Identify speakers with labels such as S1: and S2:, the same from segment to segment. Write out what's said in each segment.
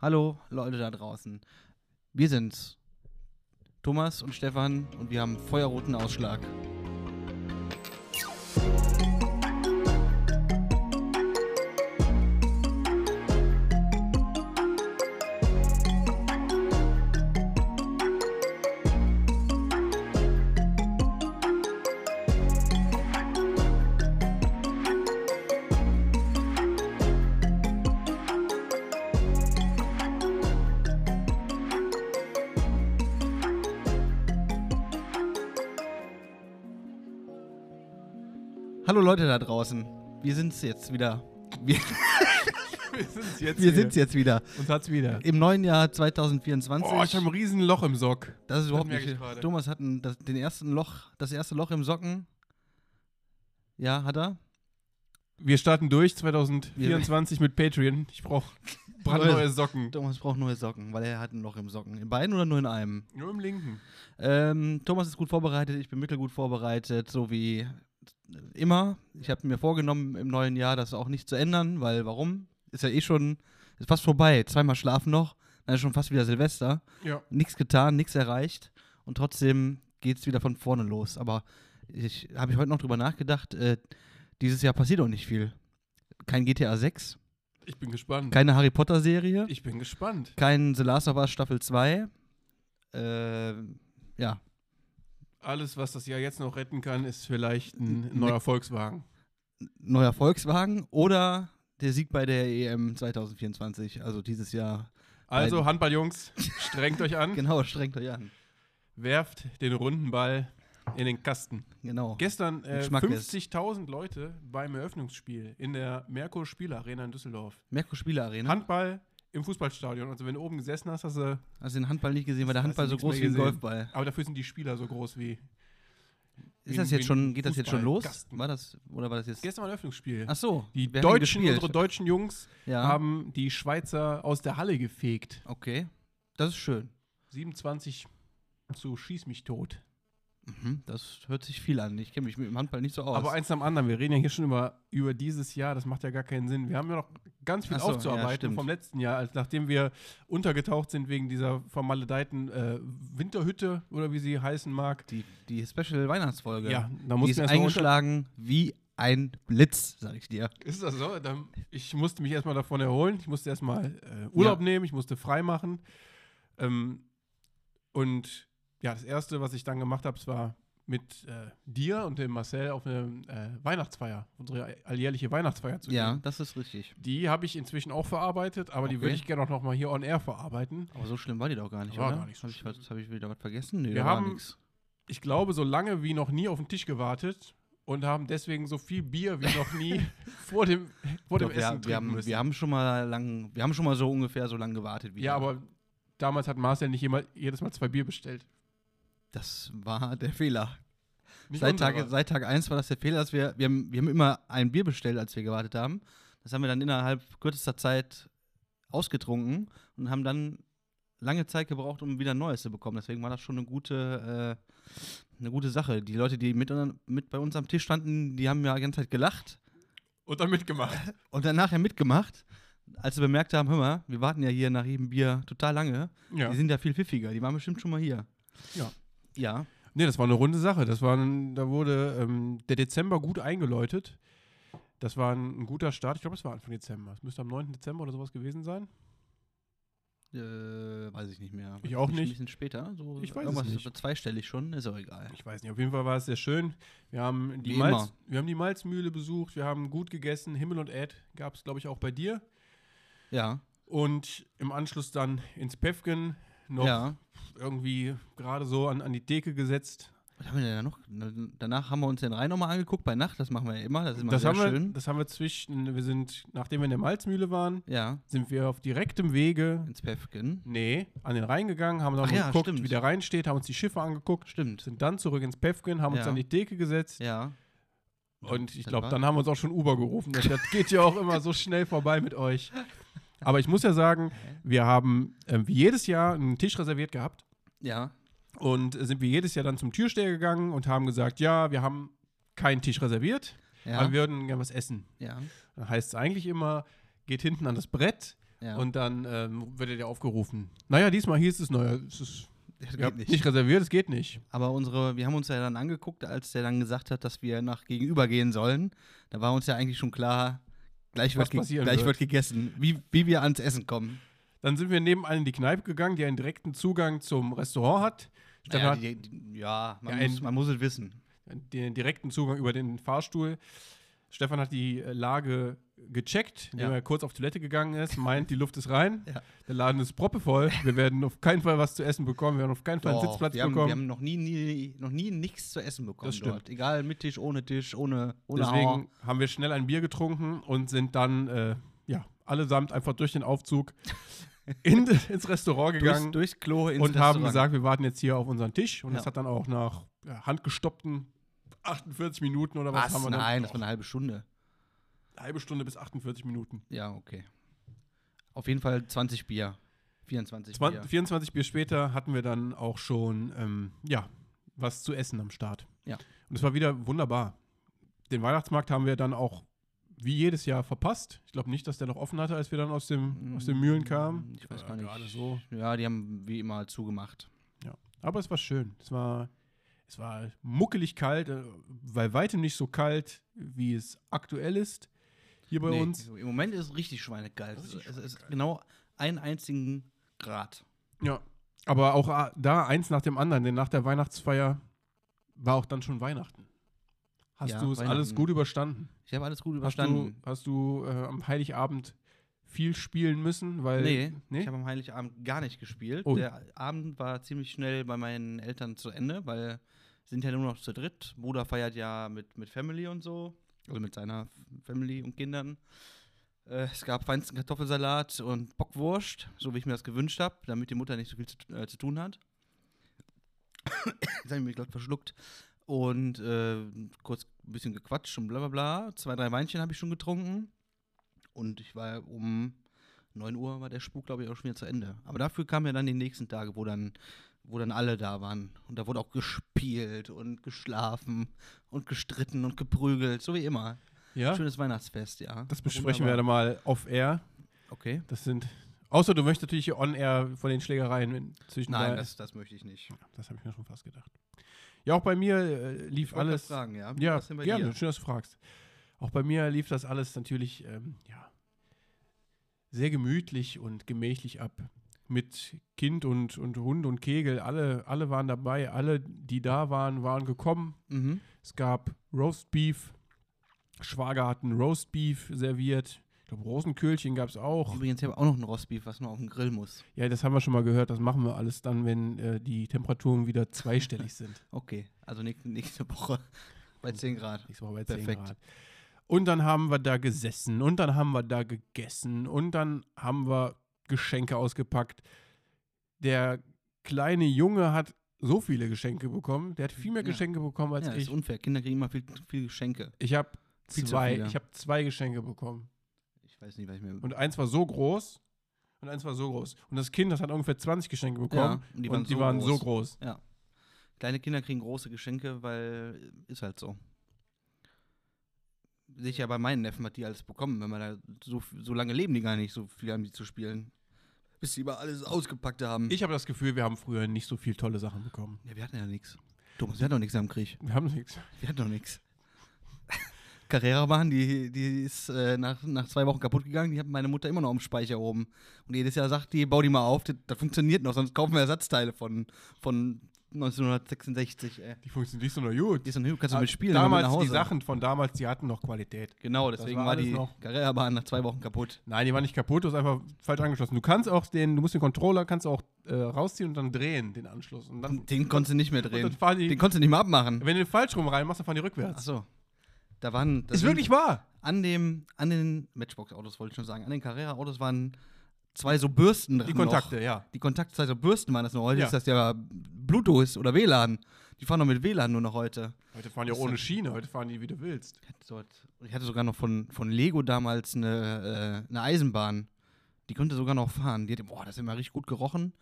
S1: Hallo, Leute da draußen. Wir sind Thomas und Stefan und wir haben feuerroten Ausschlag. Hallo, Leute da draußen. Wir sind's jetzt wieder. Wir,
S2: Wir sind's jetzt.
S1: wir sind's jetzt wieder.
S2: Uns hat's wieder.
S1: Im neuen Jahr 2024.
S2: Boah, ich habe ein riesen Loch im Sock.
S1: das ist überhaupt
S2: merke
S1: nicht.
S2: ich gerade.
S1: Thomas hat ein, das, den ersten Loch, das erste Loch im Socken. Ja, hat er.
S2: Wir starten durch 2024 mit Patreon. Ich brauche brandneue Socken.
S1: Thomas braucht neue Socken, weil er hat ein Loch im Socken. In beiden oder nur in einem?
S2: Nur im linken.
S1: Ähm, Thomas ist gut vorbereitet, ich bin mittelgut vorbereitet, so wie immer. Ich habe mir vorgenommen, im neuen Jahr das auch nicht zu ändern, weil warum? Ist ja eh schon, ist fast vorbei. Zweimal schlafen noch, dann ist schon fast wieder Silvester.
S2: Ja.
S1: Nichts getan, nichts erreicht und trotzdem geht es wieder von vorne los. Aber ich habe ich heute noch drüber nachgedacht, äh, dieses Jahr passiert auch nicht viel. Kein GTA 6,
S2: Ich bin gespannt.
S1: keine Harry Potter Serie
S2: Ich bin gespannt.
S1: kein The Last of Us Staffel 2. Äh, ja,
S2: Alles, was das Jahr jetzt noch retten kann, ist vielleicht ein neuer Volkswagen.
S1: neuer Volkswagen oder der Sieg bei der EM 2024, also dieses Jahr.
S2: Also, Handballjungs, strengt euch an.
S1: Genau, strengt euch an.
S2: Werft den runden Ball in den Kasten.
S1: Genau.
S2: Gestern äh,
S1: Geschmack ist-
S2: 50.000 Leute beim Eröffnungsspiel in der Merkur Spielarena in Düsseldorf.
S1: Merkur Spieler Arena.
S2: Handball im Fußballstadion. Also wenn du oben gesessen hast, hast du.
S1: also den Handball nicht gesehen, weil der
S2: Hast du
S1: Handball so
S2: nichts
S1: groß wie
S2: mehr
S1: ein
S2: gesehen?
S1: Golfball.
S2: Aber dafür sind die Spieler so groß wie.
S1: Ist
S2: Wie-
S1: das
S2: wie
S1: jetzt schon,
S2: ein
S1: geht das jetzt schon los?
S2: Fußballkasten.
S1: War das, oder war das jetzt?
S2: Gestern war ein Öffnungsspiel.
S1: Ach so.
S2: die
S1: wer hat denn
S2: Deutschen,
S1: gespielt?
S2: unsere deutschen Jungs
S1: ja.
S2: haben die Schweizer aus der Halle gefegt.
S1: Okay. Das ist schön.
S2: 27 zu Schieß mich tot.
S1: Mhm. Das hört sich viel an. Ich kenne mich mit dem Handball nicht so aus.
S2: Aber eins am anderen, wir reden ja hier schon über, über dieses Jahr, das macht ja gar keinen Sinn. Wir haben ja noch ganz viel
S1: Ach so, ja,
S2: aufzuarbeiten
S1: stimmt.
S2: vom letzten Jahr, als nachdem wir untergetaucht sind wegen dieser vermaledeiten äh, Winterhütte oder wie sie heißen mag.
S1: die, die Special Weihnachtsfolge.
S2: Ja, da
S1: Die
S2: mussten
S1: ist
S2: wir erst mal unter-
S1: eingeschlagen wie ein Blitz, sag ich dir.
S2: Ist das so? Dann, ich musste mich erstmal davon erholen. Ich musste erstmal äh, Urlaub
S1: Ja.
S2: nehmen, ich musste frei machen. Ähm, und ja, das Erste, was ich dann gemacht habe, es war mit äh, dir und dem Marcel auf eine äh, Weihnachtsfeier, unsere alljährliche Weihnachtsfeier zu
S1: Ja,
S2: gehen.
S1: das ist richtig.
S2: Die habe ich inzwischen auch verarbeitet, aber die
S1: Okay.
S2: würde ich gerne auch nochmal hier on air verarbeiten.
S1: Aber so schlimm war die doch gar nicht,
S2: War
S1: oder?
S2: gar nicht so
S1: Hab ich,
S2: schlimm.
S1: was- hab ich wieder was vergessen? Nee,
S2: Wir
S1: da war
S2: haben-
S1: nix.
S2: Ich glaube, so lange wie noch nie auf den Tisch gewartet und haben deswegen so viel Bier wie noch nie vor dem, vor dem
S1: Doch, wir,
S2: Essen
S1: wir,
S2: trinken
S1: haben,
S2: müssen.
S1: wir haben schon mal lang, wir haben schon mal so ungefähr so lange gewartet wie
S2: Ja,
S1: ihr.
S2: aber damals hat Marcel nicht jema- jedes Mal zwei Bier bestellt.
S1: das war der Fehler.
S2: Nicht
S1: Seit Tag,
S2: unserer.
S1: seit Tag 1 war das der Fehler, dass wir, wir haben, wir haben immer ein Bier bestellt, als wir gewartet haben. Das haben wir dann innerhalb kürzester Zeit ausgetrunken und haben dann lange Zeit gebraucht, um wieder ein neues zu bekommen. Deswegen war das schon eine gute, äh, eine gute Sache. Die Leute, die mit, mit bei uns am Tisch standen, die haben ja die ganze Zeit gelacht.
S2: Und dann mitgemacht.
S1: Und dann nachher mitgemacht, als sie bemerkt haben, hör mal, wir warten ja hier nach jedem Bier total lange.
S2: ja.
S1: Die sind ja viel pfiffiger, die waren bestimmt schon mal hier.
S2: Ja.
S1: Ja,
S2: Nee, das war eine runde Sache. Das war ein, da wurde ähm, der Dezember gut eingeläutet. Das war ein, ein guter Start. Ich glaube, es war Anfang Dezember. Es müsste am 9. Dezember oder sowas gewesen sein.
S1: äh, weiß ich nicht mehr.
S2: Ich auch
S1: Ein
S2: nicht.
S1: bisschen später, so
S2: Ich weiß es
S1: irgendwas
S2: nicht.
S1: zweistellig schon, ist auch egal.
S2: Ich weiß nicht. Auf jeden Fall war es sehr schön. Wir haben die,
S1: Wie
S2: Malz,
S1: immer.
S2: wir haben die Malzmühle besucht. Wir haben gut gegessen. Himmel und Erd gab es, glaube ich, auch bei dir.
S1: Ja,
S2: Und im Anschluss dann ins Päffgen noch
S1: ja.
S2: irgendwie gerade so an, an die Theke gesetzt.
S1: Was haben wir denn da noch? Na, Danach haben wir uns den Rhein nochmal angeguckt, bei Nacht, das machen wir ja immer, das ist immer
S2: Das
S1: sehr
S2: haben, wir,
S1: schön.
S2: das haben wir zwischen, wir sind, nachdem wir in der Malzmühle waren,
S1: ja,
S2: sind wir auf direktem Wege,
S1: ins Päffgen.
S2: nee, an den Rhein gegangen, haben dann
S1: Ach
S2: mal
S1: ja,
S2: geguckt,
S1: stimmt.
S2: wie der Rhein steht, haben uns die Schiffe angeguckt,
S1: Stimmt.
S2: sind dann zurück ins Päffgen, haben uns
S1: Ja.
S2: an die Theke gesetzt
S1: Ja.
S2: und ich
S1: Das
S2: glaube,
S1: war-
S2: dann haben wir uns auch schon Uber gerufen. Das, das geht ja auch immer so schnell vorbei mit euch. Aber ich muss ja sagen, wir haben ähm, wie jedes Jahr einen Tisch reserviert gehabt.
S1: Ja.
S2: Und sind wir jedes Jahr dann zum Türsteher gegangen und haben gesagt, ja, wir haben keinen Tisch reserviert,
S1: Ja.
S2: aber wir würden gerne was essen.
S1: ja.
S2: Dann heißt es eigentlich immer, geht hinten an das Brett
S1: Ja.
S2: Und dann ähm, wird er dir aufgerufen. Naja, diesmal hieß es, naja, es ist
S1: das
S2: ihr habt nicht. reserviert, es geht nicht.
S1: Aber unsere, wir haben uns ja dann angeguckt, als der dann gesagt hat, dass wir nach gegenüber gehen sollen. Da war uns ja eigentlich schon klar, gleich,
S2: Was
S1: wird, ge
S2: passieren
S1: gleich
S2: wird.
S1: wird gegessen, wie, wie wir ans Essen kommen.
S2: Dann sind wir nebenan in die Kneipe gegangen, die einen direkten Zugang zum Restaurant hat. Stefan
S1: Naja,
S2: hat
S1: die, die, ja, man,
S2: Ja,
S1: muss,
S2: ein-
S1: man muss es wissen.
S2: den direkten Zugang über den Fahrstuhl. Stefan hat die äh, Lage gecheckt, indem
S1: Ja.
S2: er kurz auf Toilette gegangen ist, meint, die Luft ist rein,
S1: Ja.
S2: der Laden ist proppevoll, wir werden auf keinen Fall was zu essen bekommen, wir werden auf keinen Fall einen
S1: Doch,
S2: Sitzplatz
S1: wir, haben,
S2: bekommen.
S1: wir haben noch nie, nie, noch nie nichts zu essen bekommen
S2: Das stimmt.
S1: dort. Egal mit Tisch, ohne Tisch, ohne, ohne
S2: Deswegen
S1: Hauer.
S2: haben wir schnell ein Bier getrunken und sind dann, äh, ja, allesamt einfach durch den Aufzug in, ins Restaurant
S1: durchs,
S2: gegangen
S1: durchs Klo ins
S2: und haben
S1: Restaurant.
S2: gesagt, wir warten jetzt hier auf unseren Tisch. Und
S1: Ja.
S2: das hat dann auch nach ja, handgestoppten 48 Minuten oder was,
S1: was?
S2: haben wir
S1: Nein,
S2: dann?
S1: das war eine halbe Stunde.
S2: eine halbe Stunde bis 48 Minuten.
S1: Ja, okay. Auf jeden Fall 20 Bier. 24
S2: Zwan-
S1: Bier.
S2: 24 Bier später hatten wir dann auch schon, ähm, ja, was zu essen am Start.
S1: Ja.
S2: Und es war wieder wunderbar. Den Weihnachtsmarkt haben wir dann auch wie jedes Jahr verpasst. Ich glaube nicht, dass der noch offen hatte, als wir dann aus, dem, aus den Mühlen kamen.
S1: Ich weiß
S2: Äh,
S1: gar nicht.
S2: Gerade so.
S1: Ja, die haben wie immer zugemacht.
S2: Aber es war schön. Es war, es war muckelig kalt, äh, bei weitem nicht so kalt, wie es aktuell ist hier bei
S1: Nee,
S2: uns.
S1: Im Moment ist es richtig schweinekalt. Es
S2: Richtig
S1: ist- es ist genau einen einzigen Grad.
S2: Ja. Aber auch ah, da eins nach dem anderen, denn nach der Weihnachtsfeier war auch dann schon Weihnachten. Hast
S1: Ja,
S2: du es alles
S1: Weihnachten.
S2: gut überstanden?
S1: Ich habe alles gut überstanden.
S2: Hast du, hast du äh, am Heiligabend viel spielen müssen? Weil,
S1: Nee, ich habe am Heiligabend gar nicht gespielt.
S2: Oh.
S1: Der Abend war ziemlich schnell bei meinen Eltern zu Ende, weil wir sind ja nur noch zu dritt. Bruder feiert ja mit, mit Family und so, also mit seiner Family und Kindern. Äh, es gab feinsten Kartoffelsalat und Bockwurst, so wie ich mir das gewünscht habe, damit die Mutter nicht so viel zu, äh, zu tun hat. Jetzt habe ich mich gerade verschluckt. Und äh, kurz ein bisschen gequatscht und bla bla bla. Zwei, drei Weinchen habe ich schon getrunken. Und ich war um 9 Uhr war der Spuk, glaube ich, auch schon wieder zu Ende. Aber dafür kamen ja dann die nächsten Tage, wo dann, wo dann alle da waren. Und da wurde auch gespielt und geschlafen und gestritten und geprügelt, so wie immer.
S2: ja?
S1: Schönes Weihnachtsfest, ja.
S2: Das besprechen wir dann mal off-air.
S1: dann. Okay.
S2: Das sind. Außer du möchtest natürlich hier on-air von den Schlägereien in- zwischen
S1: Nein,
S2: bei-
S1: das, das möchte ich nicht.
S2: das habe ich mir schon fast gedacht. Ja, auch bei mir äh, lief
S1: Ich wollte
S2: alles.
S1: grad Fragen, ja.
S2: Ja,
S1: Was denn bei
S2: gerne.
S1: dir?
S2: Schön, dass du fragst. Auch bei mir lief das alles natürlich ähm, ja, sehr gemütlich und gemächlich ab. Mit Kind und, und Hund und Kegel. Alle, alle waren dabei. Alle, die da waren, waren gekommen.
S1: Mhm.
S2: Es gab Roast Beef. Schwager hat ein Roast Beef serviert. Ich glaube, Rosenköhlchen gab es auch.
S1: Übrigens, ich habe auch noch ein Rostbeef, was noch auf den Grill muss.
S2: Ja, das haben wir schon mal gehört. Das machen wir alles dann, wenn äh, die Temperaturen wieder zweistellig sind.
S1: Okay, also nächste, nächste Woche bei 10 Grad.
S2: Nächste Woche bei 10
S1: Perfekt.
S2: Grad. Und dann haben wir da gesessen und dann haben wir da gegessen und dann haben wir Geschenke ausgepackt. Der kleine Junge hat so viele Geschenke bekommen. Der hat viel mehr
S1: Ja.
S2: Geschenke bekommen als
S1: Ja, ist
S2: ich.
S1: unfair. Kinder kriegen immer viel, viel Geschenke.
S2: Ich habe
S1: Viel zu
S2: zwei,
S1: viele.
S2: ich habe zwei Geschenke bekommen.
S1: Ich weiß nicht, was ich mir.
S2: Und eins war so groß und eins war so groß. Und das Kind, das hat ungefähr 20 Geschenke bekommen.
S1: Ja,
S2: und die waren, so, groß.
S1: Kleine Kinder kriegen große Geschenke, weil äh, ist halt so. Sicher bei meinen Neffen hat die alles bekommen, wenn man da so, f- so lange leben die gar nicht, so viel haben die zu spielen. Bis sie mal alles ausgepackt haben.
S2: Ich habe das Gefühl, wir haben früher nicht so viel tolle Sachen bekommen.
S1: ja, wir hatten ja nichts. Thomas, wir hatten doch nichts am Krieg.
S2: Wir haben nichts.
S1: Wir hatten doch nichts. Carrera-Bahn, die, die ist äh, nach, nach zwei Wochen kaputt gegangen. Die hat meine Mutter immer noch im Speicher oben. Und jedes Jahr sagt die, bau die mal auf, das, das funktioniert noch, sonst kaufen wir Ersatzteile von, von 1966. Ey.
S2: Die funktionieren nicht so nur gut.
S1: Die ist dann, "Hü, kannst du mitspielen? nimm mit nach
S2: Ah, Damals,
S1: Hause."
S2: die Sachen von damals, die hatten noch Qualität.
S1: Genau,
S2: Das
S1: deswegen
S2: war
S1: war
S2: alles
S1: die
S2: noch-
S1: Carrera-Bahn nach zwei Wochen kaputt.
S2: Nein, die waren nicht kaputt, du hast einfach falsch angeschlossen. Du kannst auch den, du musst den Controller kannst auch äh, rausziehen und dann drehen, den Anschluss. Und dann,
S1: Und Den konntest du nicht mehr
S2: und dann
S1: drehen.
S2: fahren
S1: Den
S2: die,
S1: konntest du nicht mehr abmachen.
S2: wenn du den falsch rum reinmachst, dann fahren die
S1: Ach
S2: rückwärts.
S1: so. Da waren. Da
S2: ist
S1: sind
S2: wirklich wahr.
S1: An, dem, an den Matchbox-Autos, wollte ich schon sagen. An den Carrera-Autos waren zwei so Bürsten drin.
S2: Die
S1: Noch.
S2: Kontakte, ja.
S1: Die Kontakte, zwei so Bürsten waren das noch. Heute
S2: Ja.
S1: ist das ja Bluetooth oder WLAN. Die fahren doch mit WLAN nur noch heute.
S2: Heute fahren die auch
S1: Das-
S2: ohne Schiene, heute fahren die, wie du willst.
S1: Ich hatte, dort, ich hatte sogar noch von, von Lego damals eine, äh, eine Eisenbahn. Die konnte sogar noch fahren. Die hat, boah, das hat immer richtig gut gerochen,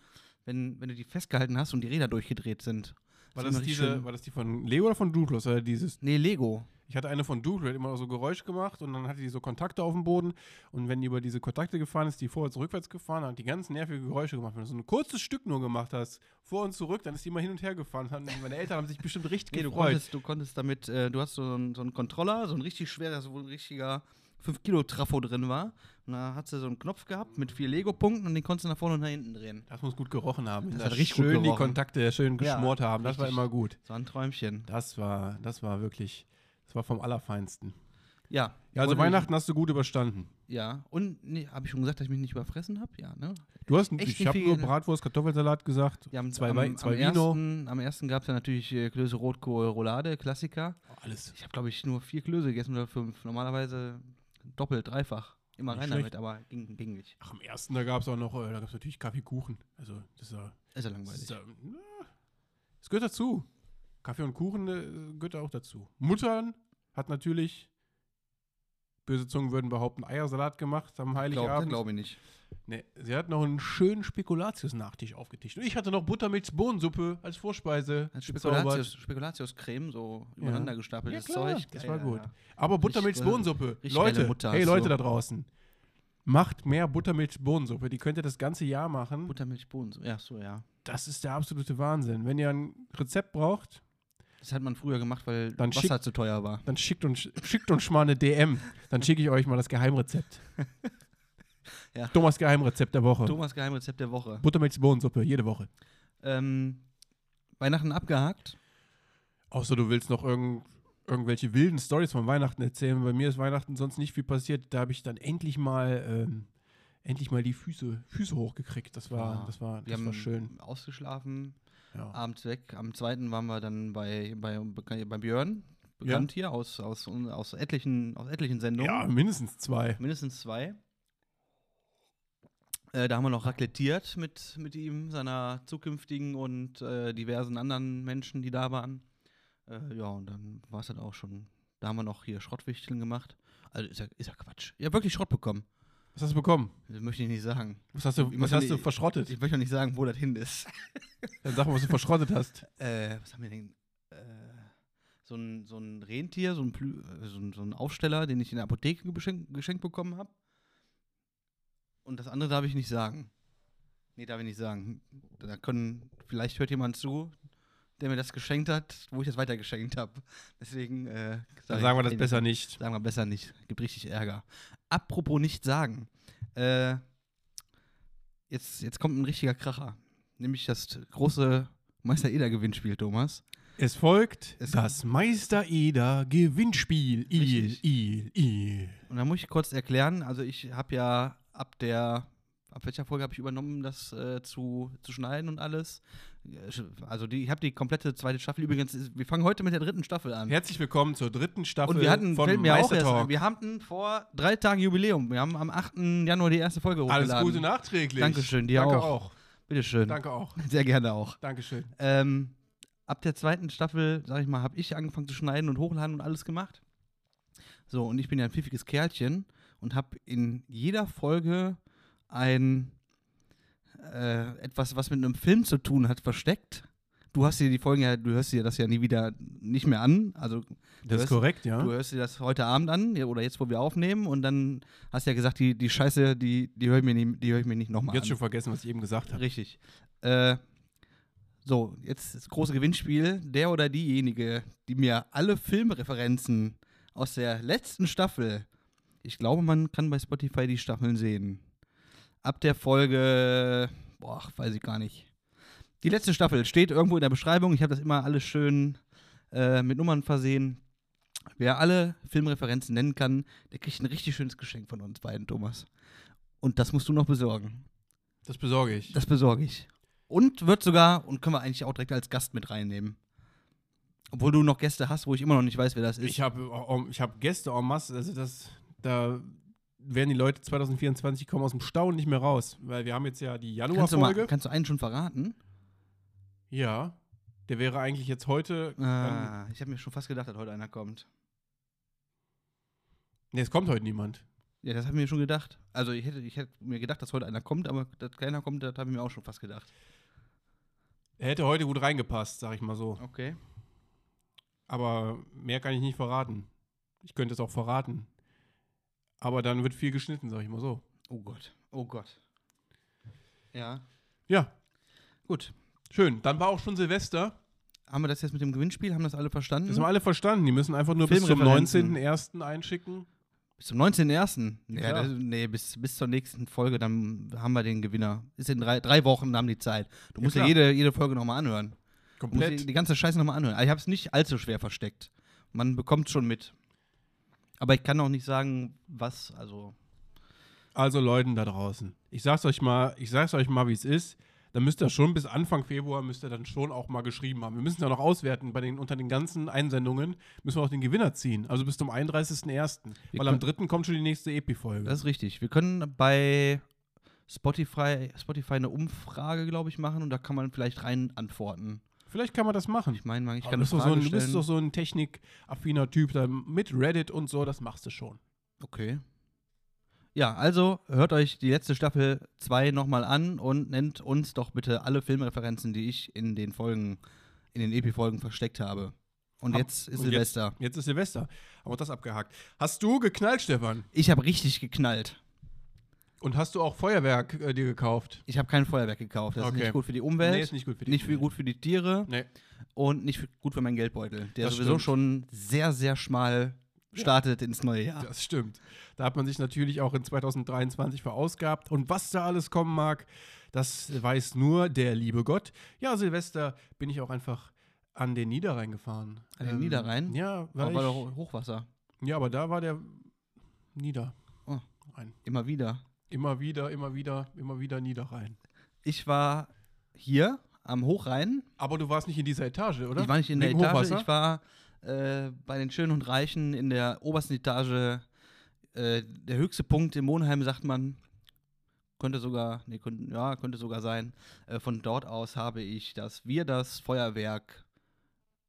S1: wenn, wenn du die festgehalten hast und die Räder durchgedreht sind.
S2: War
S1: Ist
S2: das,
S1: immer richtig
S2: diese,
S1: schön.
S2: war das die von Lego oder von Doodles? Oder dieses?
S1: Nee, Lego.
S2: Ich hatte eine von Doodle, die hat immer so Geräusch gemacht und dann hatte die so Kontakte auf dem Boden. Und wenn die über diese Kontakte gefahren ist, die vorwärts, rückwärts gefahren, dann hat die ganz nervige Geräusche gemacht. Wenn du so ein kurzes Stück nur gemacht hast, vor und zurück, dann ist die immer hin und her gefahren. Dann- Meine Eltern haben sich bestimmt richtig
S1: Nee, du
S2: gefreut.
S1: konntest, du konntest damit, äh, du hast so einen, so einen Controller, so ein richtig schwerer, so ein richtiger 5-Kilo-Trafo drin war. Und da hast du so einen Knopf gehabt mit vier Lego-Punkten und den konntest du nach vorne und nach hinten drehen.
S2: Das muss gut gerochen haben.
S1: Das
S2: Wenn
S1: hat
S2: da
S1: richtig gut
S2: schön die
S1: gerochen.
S2: Kontakte schön
S1: Ja,
S2: geschmort haben. Das war
S1: richtig.
S2: immer gut.
S1: So ein Träumchen.
S2: Das war, das war wirklich, das war vom Allerfeinsten.
S1: Ja.
S2: Ja, also
S1: Wollte ich-
S2: Weihnachten hast du gut überstanden.
S1: Ja. Und, nee, habe ich schon gesagt, dass ich mich nicht überfressen habe? Ja, ne?
S2: Du hast,
S1: Echt
S2: ich
S1: nicht
S2: habe
S1: viel
S2: nur
S1: gegessen.
S2: Bratwurst, Kartoffelsalat gesagt,
S1: Ja, am,
S2: zwei,
S1: am,
S2: Wei- zwei
S1: am
S2: Vino.
S1: Ersten, am ersten gab es ja natürlich äh, Klöße Rotkohl, Roulade, Klassiker.
S2: Oh, alles.
S1: Ich habe, glaube ich, nur vier Klöße gegessen oder fünf. Normalerweise doppelt, dreifach. Immer
S2: Nicht
S1: rein
S2: schlecht.
S1: damit, aber ging, ging nicht.
S2: Ach, am ersten, da gab es auch noch, äh, da gab es natürlich Kaffeekuchen. Also, das ist ja,
S1: Ist ja
S2: das,
S1: langweilig.
S2: ist ja na, das gehört dazu. Kaffee und Kuchen äh, gehört auch dazu. Muttern hat natürlich, böse Zungen würden behaupten, Eiersalat gemacht am
S1: Glaube
S2: Heiligabend.
S1: glaub ich nicht.
S2: Nee, sie hat noch einen schönen Spekulatius-Nachtisch aufgetischt. Und ich hatte noch Buttermilch-Bohnensuppe als Vorspeise.
S1: Als
S2: gezaubert.
S1: Spekulatius, Spekulatiuscreme, so übereinander gestapeltes
S2: Ja, klar,
S1: Zeug.
S2: das
S1: Geil,
S2: war gut.
S1: Alter.
S2: Aber
S1: Richtig
S2: Buttermilch-Bohnensuppe.
S1: richtig
S2: Leute,
S1: geile Mutter
S2: hey
S1: hast
S2: Leute
S1: du.
S2: da draußen. Macht mehr Buttermilch-Bohnensuppe. Die könnt ihr das ganze Jahr machen.
S1: Buttermilchbohnen. so- Ja, so, ja.
S2: Das ist der absolute Wahnsinn. Wenn ihr ein Rezept braucht,
S1: Das hat man früher gemacht, weil
S2: Dann
S1: Wasser zu teuer war.
S2: dann schickt uns, schickt uns schon mal eine DM. Dann schicke ich euch mal das Geheimrezept.
S1: Ja.
S2: Thomas Geheimrezept der Woche.
S1: Thomas Geheimrezept der Woche.
S2: Buttermilch-Bohnensuppe, jede Woche.
S1: Ähm, Weihnachten abgehakt.
S2: Außer du willst noch irgend, irgendwelche wilden Stories von Weihnachten erzählen. Bei mir ist Weihnachten sonst nicht viel passiert. Da habe ich dann endlich mal, ähm, endlich mal die Füße, Füße hochgekriegt. Das war,
S1: Ja,
S2: das war,
S1: Wir
S2: das
S1: haben
S2: war schön.
S1: ausgeschlafen,
S2: Ja.
S1: abends weg. Am zweiten waren wir dann bei, bei, bei Björn, bekannt hier aus, aus, aus, etlichen, aus etlichen Sendungen.
S2: ja, mindestens zwei.
S1: Mindestens zwei. Äh, da haben wir noch raclettiert mit, mit ihm, seiner zukünftigen und äh, diversen anderen Menschen, die da waren. Äh, ja, und dann war es dann auch schon. Da haben wir noch hier Schrottwichteln gemacht. Also ist ja, ist ja Quatsch. Ich habe wirklich Schrott bekommen.
S2: Was hast du bekommen?
S1: Das möchte ich nicht sagen.
S2: Was hast
S1: Ich
S2: du, was
S1: möchte
S2: hast du
S1: nicht-
S2: verschrottet?
S1: Ich möchte auch nicht sagen, wo das hin ist.
S2: Dann sag mal, was du verschrottet hast.
S1: Äh, was haben wir denn? Äh, so, ein, so ein Rentier, so ein, Plü äh, so, ein, so ein Aufsteller, den ich in der Apotheke geschenkt, geschenkt bekommen habe. Und das andere darf ich nicht sagen. Nee, darf ich nicht sagen. Da können, vielleicht hört jemand zu, der mir das geschenkt hat, wo ich das weitergeschenkt habe. Deswegen äh, sag
S2: Dann
S1: ich-
S2: sagen wir das
S1: nee,
S2: besser nicht.
S1: Sagen wir besser nicht. Gibt richtig Ärger. Apropos nicht sagen. Äh, jetzt, jetzt kommt ein richtiger Kracher. Nämlich das große Meister-Eder-Gewinnspiel, Thomas.
S2: Es folgt
S1: Es-
S2: das Meister-Eder-Gewinnspiel. Il,
S1: Richtig.
S2: il, il.
S1: Und da muss ich kurz erklären, also ich habe ja ab der, ab welcher Folge habe ich übernommen, das äh, zu, zu schneiden und alles. Also die, ich habe die komplette zweite Staffel übrigens, ist- wir fangen heute mit der dritten Staffel an.
S2: Herzlich willkommen zur dritten Staffel
S1: und wir hatten,
S2: von
S1: fällt mir auch
S2: Meister
S1: erst,
S2: Talk.
S1: wir hatten vor drei Tagen Jubiläum. Wir haben am 8. Januar die erste Folge hochgeladen.
S2: Alles Gute nachträglich.
S1: Dankeschön, dir
S2: Danke
S1: auch.
S2: auch.
S1: Bitteschön.
S2: Danke auch.
S1: Sehr gerne auch.
S2: Dankeschön.
S1: Ähm, ab der zweiten Staffel, sag ich mal, habe ich angefangen zu schneiden und hochladen und alles gemacht. So, und ich bin ja ein pfiffiges Kerlchen und habe in jeder Folge ein äh, etwas, was mit einem Film zu tun hat, versteckt. Du hast dir die Folgen ja, du hörst dir das ja nie wieder nicht mehr an. Also
S2: Das
S1: hast-
S2: ist korrekt, ne? ja.
S1: du hörst dir das heute Abend an ja, oder jetzt, wo wir aufnehmen, und dann hast du ja gesagt, die, die Scheiße, die, die höre ich mir nicht, die hör ich mir nicht nochmal an.
S2: Jetzt schon vergessen, was ich eben gesagt habe.
S1: Richtig. Äh, so, jetzt das große Gewinnspiel. Der oder diejenige, die mir alle Filmreferenzen aus der letzten Staffel, ich glaube, man kann bei Spotify die Staffeln sehen. Ab der Folge, boah, weiß ich gar nicht. Die letzte Staffel steht irgendwo in der Beschreibung. Ich habe das immer alles schön äh, mit Nummern versehen. Wer alle Filmreferenzen nennen kann, der kriegt ein richtig schönes Geschenk von uns beiden, Thomas. Und das musst du noch besorgen.
S2: Das besorge ich.
S1: Das besorge ich. Und wird sogar, und können wir eigentlich auch direkt als Gast mit reinnehmen. Obwohl du noch Gäste hast, wo ich immer noch nicht weiß, wer das ist.
S2: ich habe ich hab Gäste en masse, also das, da werden die Leute 2024 kommen aus dem Staunen nicht mehr raus, weil wir haben jetzt ja die
S1: kannst, du mal,
S2: Januarfolge.
S1: kannst du einen schon verraten?
S2: Ja, der wäre eigentlich jetzt heute. Ähm,
S1: Ah, ich habe mir schon fast gedacht, dass heute einer kommt.
S2: nee, es kommt heute niemand.
S1: Ja, das habe ich mir schon gedacht. Also ich hätte, ich hätte mir gedacht, dass heute einer kommt, aber dass keiner kommt, das habe ich mir auch schon fast gedacht.
S2: Er hätte heute gut reingepasst, sag ich mal so.
S1: Okay.
S2: Aber mehr kann ich nicht verraten. Ich könnte es auch verraten. Aber dann wird viel geschnitten, sag ich mal so.
S1: Oh Gott. Oh Gott. Ja.
S2: Ja,
S1: Gut.
S2: schön. Dann war auch schon Silvester.
S1: Haben wir das jetzt mit dem Gewinnspiel? Haben das alle verstanden?
S2: Das haben alle verstanden. Die müssen einfach nur bis zum
S1: Mhm. Filmreferenzen.
S2: 19.01. einschicken.
S1: bis zum 19.01. Ja,
S2: Klar.
S1: das, nee, bis, bis zur nächsten Folge, dann haben wir den Gewinner. Ist in drei, drei Wochen, haben die Zeit. Du
S2: Ja,
S1: musst ja
S2: klar.
S1: jede, jede Folge nochmal anhören. Du musst die,
S2: Komplett.
S1: die ganze Scheiße nochmal anhören. Also ich habe es nicht allzu schwer versteckt. Man bekommt schon mit. Aber ich kann auch nicht sagen, was, also.
S2: Also Leuten da draußen. Ich sag's euch mal, ich sag's euch mal, wie es ist. Dann müsst ihr schon bis Anfang Februar müsst ihr dann schon auch mal geschrieben haben. Wir müssen ja noch auswerten bei den unter den ganzen Einsendungen müssen wir auch den Gewinner ziehen. Also bis zum 31.01.
S1: Wir
S2: Weil am 3. kommt schon die nächste Epi-Folge.
S1: Das ist richtig. Wir können bei Spotify, Spotify eine Umfrage, glaube ich, machen und da kann man vielleicht rein antworten.
S2: Vielleicht kann man das machen.
S1: Ich meine, ich
S2: Aber
S1: kann
S2: du, bist doch
S1: eine
S2: so
S1: Frage
S2: ein, du bist
S1: stellen.
S2: doch so ein technikaffiner Typ da mit Reddit und so, das machst du schon.
S1: Okay. Ja, also hört euch die letzte Staffel 2 nochmal an und nennt uns doch bitte alle Filmreferenzen, die ich in den Folgen, in den Epi-Folgen versteckt habe. Und
S2: Hab-
S1: jetzt ist
S2: und jetzt-
S1: Silvester.
S2: Jetzt ist Silvester. Haben wir das abgehakt. Hast du geknallt, Stefan?
S1: Ich habe richtig geknallt.
S2: Und hast du auch Feuerwerk äh, dir gekauft?
S1: Ich habe kein Feuerwerk gekauft. Das ist
S2: Okay.
S1: nicht gut für die Umwelt,
S2: Nee, ist
S1: nicht,
S2: nicht gut für
S1: für, gut für die Tiere
S2: Nee.
S1: und nicht für, gut für meinen Geldbeutel, der
S2: Das
S1: sowieso
S2: stimmt.
S1: schon sehr, sehr schmal startet ins neue Jahr.
S2: Das stimmt. Da hat man sich natürlich auch in 2023 verausgabt. Und was da alles kommen mag, das weiß nur der liebe Gott. Ja, Silvester bin ich auch einfach an den Niederrhein gefahren.
S1: An den Niederrhein?
S2: Ähm, Ja,
S1: Aber
S2: weil
S1: war
S2: ich,
S1: doch Hochwasser.
S2: ja, aber da war der Nieder.
S1: Oh.
S2: Rhein.
S1: Immer wieder.
S2: Immer wieder, immer wieder, immer wieder Niederrhein.
S1: Ich war hier am Hochrhein
S2: Aber du warst nicht in dieser Etage, oder?
S1: Ich war nicht in der
S2: Wegen
S1: Etage,
S2: Hochwasser?
S1: ich war äh, bei den Schönen und Reichen in der obersten Etage. Äh, der höchste Punkt in Monheim, sagt man, könnte sogar, nee, könnte, ja, könnte sogar sein. Äh, von dort aus habe ich, dass wir das Feuerwerk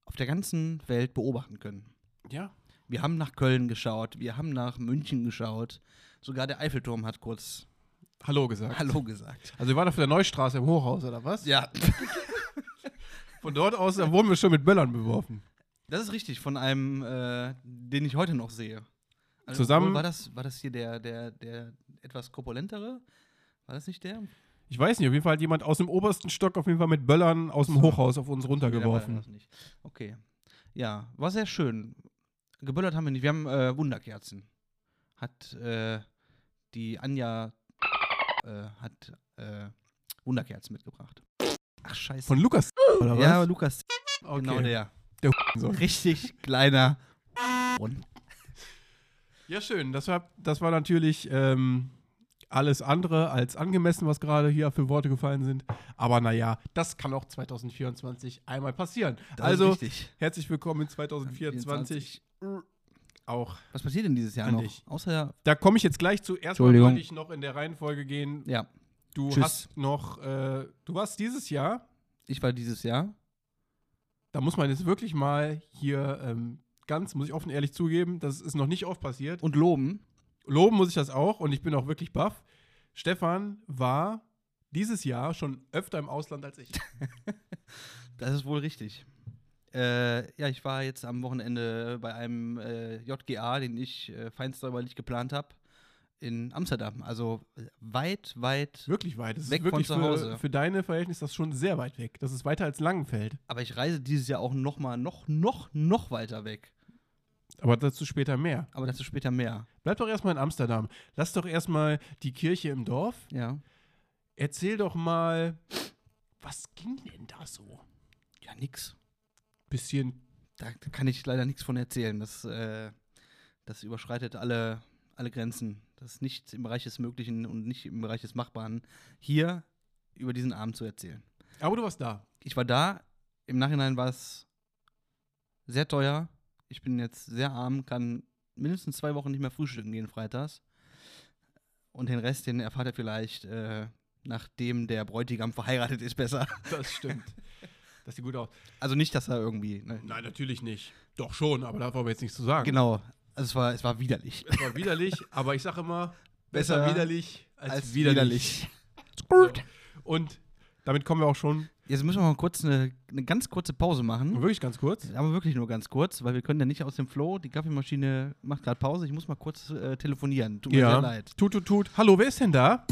S1: auf der ganzen Welt beobachten können.
S2: ja.
S1: Wir haben nach Köln geschaut, wir haben nach München geschaut. Sogar der Eiffelturm hat kurz
S2: Hallo gesagt.
S1: Hallo gesagt.
S2: Also wir waren auf der Neustraße im Hochhaus, oder was?
S1: Ja,
S2: Von dort aus da wurden wir schon mit Böllern beworfen.
S1: das ist richtig, von einem, äh, den ich heute noch sehe. Also,
S2: Zusammen-
S1: obwohl, War das, war das hier der, der, der etwas korpulentere? War das nicht der?
S2: Ich weiß nicht, auf jeden Fall hat jemand aus dem obersten Stock auf jeden Fall mit Böllern aus dem Hochhaus auf
S1: Nee, der
S2: uns
S1: war
S2: runtergeworfen.
S1: das nicht. Okay. Ja, war sehr schön. Geböllert haben wir nicht. Wir haben äh, Wunderkerzen. Hat äh, die Anja äh, hat äh, Wunderkerzen mitgebracht. Ach, scheiße.
S2: Von Lukas oder was?
S1: ja, Lukas,
S2: okay.
S1: genau der.
S2: der Hurensohn.
S1: Richtig kleiner. Und
S2: Ja, schön. Das war, das war natürlich ähm, alles andere als angemessen, was gerade hier für Worte gefallen sind. Aber naja, das kann auch 2024 einmal passieren.
S1: das
S2: also,
S1: ist richtig.
S2: herzlich willkommen in 2024. Auch
S1: Was passiert denn dieses Jahr
S2: An
S1: noch?
S2: dich.
S1: Außer,
S2: da komme ich jetzt gleich zu. Erstmal
S1: Entschuldigung.
S2: wollte ich noch in der Reihenfolge gehen.
S1: ja,
S2: Du
S1: Tschüss.
S2: hast noch, äh, du warst dieses Jahr,
S1: ich war dieses Jahr.
S2: da muss man jetzt wirklich mal hier ähm, ganz, muss ich offen ehrlich zugeben, das ist noch nicht oft passiert.
S1: Und loben.
S2: Loben muss ich das auch und ich bin auch wirklich baff. Stefan war dieses Jahr schon öfter im Ausland als ich.
S1: Das ist wohl richtig. Äh, ja, ich war jetzt am Wochenende bei einem äh, JGA, den ich äh, feinsäuberlich geplant habe, in Amsterdam. Also äh, weit, weit.
S2: Wirklich weit. Das
S1: Weg
S2: ist
S1: von
S2: wirklich
S1: zu
S2: für,
S1: Hause.
S2: für deine Verhältnisse das schon sehr weit weg. Das ist weiter als Langenfeld.
S1: Aber ich reise dieses Jahr auch noch mal noch, noch, noch weiter weg.
S2: Aber dazu später mehr.
S1: Aber dazu später mehr.
S2: Bleib doch erstmal in Amsterdam. Lass doch erstmal die Kirche im Dorf.
S1: Ja.
S2: Erzähl doch mal, was ging denn da so?
S1: Ja, nix.
S2: Bisschen
S1: Da kann ich leider nichts von erzählen. Das, äh, das überschreitet alle, alle Grenzen. Das ist nicht im Bereich des Möglichen und nicht im Bereich des Machbaren, hier über diesen Abend zu erzählen.
S2: Aber du warst da.
S1: ich war da. Im Nachhinein war es sehr teuer. Ich bin jetzt sehr arm, kann mindestens zwei Wochen nicht mehr frühstücken gehen freitags. Und den Rest, den erfahrt ihr vielleicht, äh, nachdem der Bräutigam verheiratet ist, besser.
S2: Das stimmt. das sieht gut aus.
S1: Also nicht, dass er irgendwie. Ne?
S2: Nein, natürlich nicht. Doch schon, aber da wollen wir jetzt nichts zu sagen.
S1: Genau. Also es war, es war widerlich.
S2: Es war widerlich, aber ich sage immer,
S1: Besser
S2: besser, widerlich als, widerlich. So. Und damit kommen wir auch schon
S1: Jetzt müssen wir mal kurz eine, eine ganz kurze Pause machen.
S2: Wirklich ganz kurz.
S1: Aber wirklich nur ganz kurz, weil wir können ja nicht aus dem Flow. Die Kaffeemaschine macht gerade Pause. Ich muss mal kurz äh, telefonieren. Tut mir sehr leid.
S2: Tut, tut, tut. Hallo, wer ist denn da?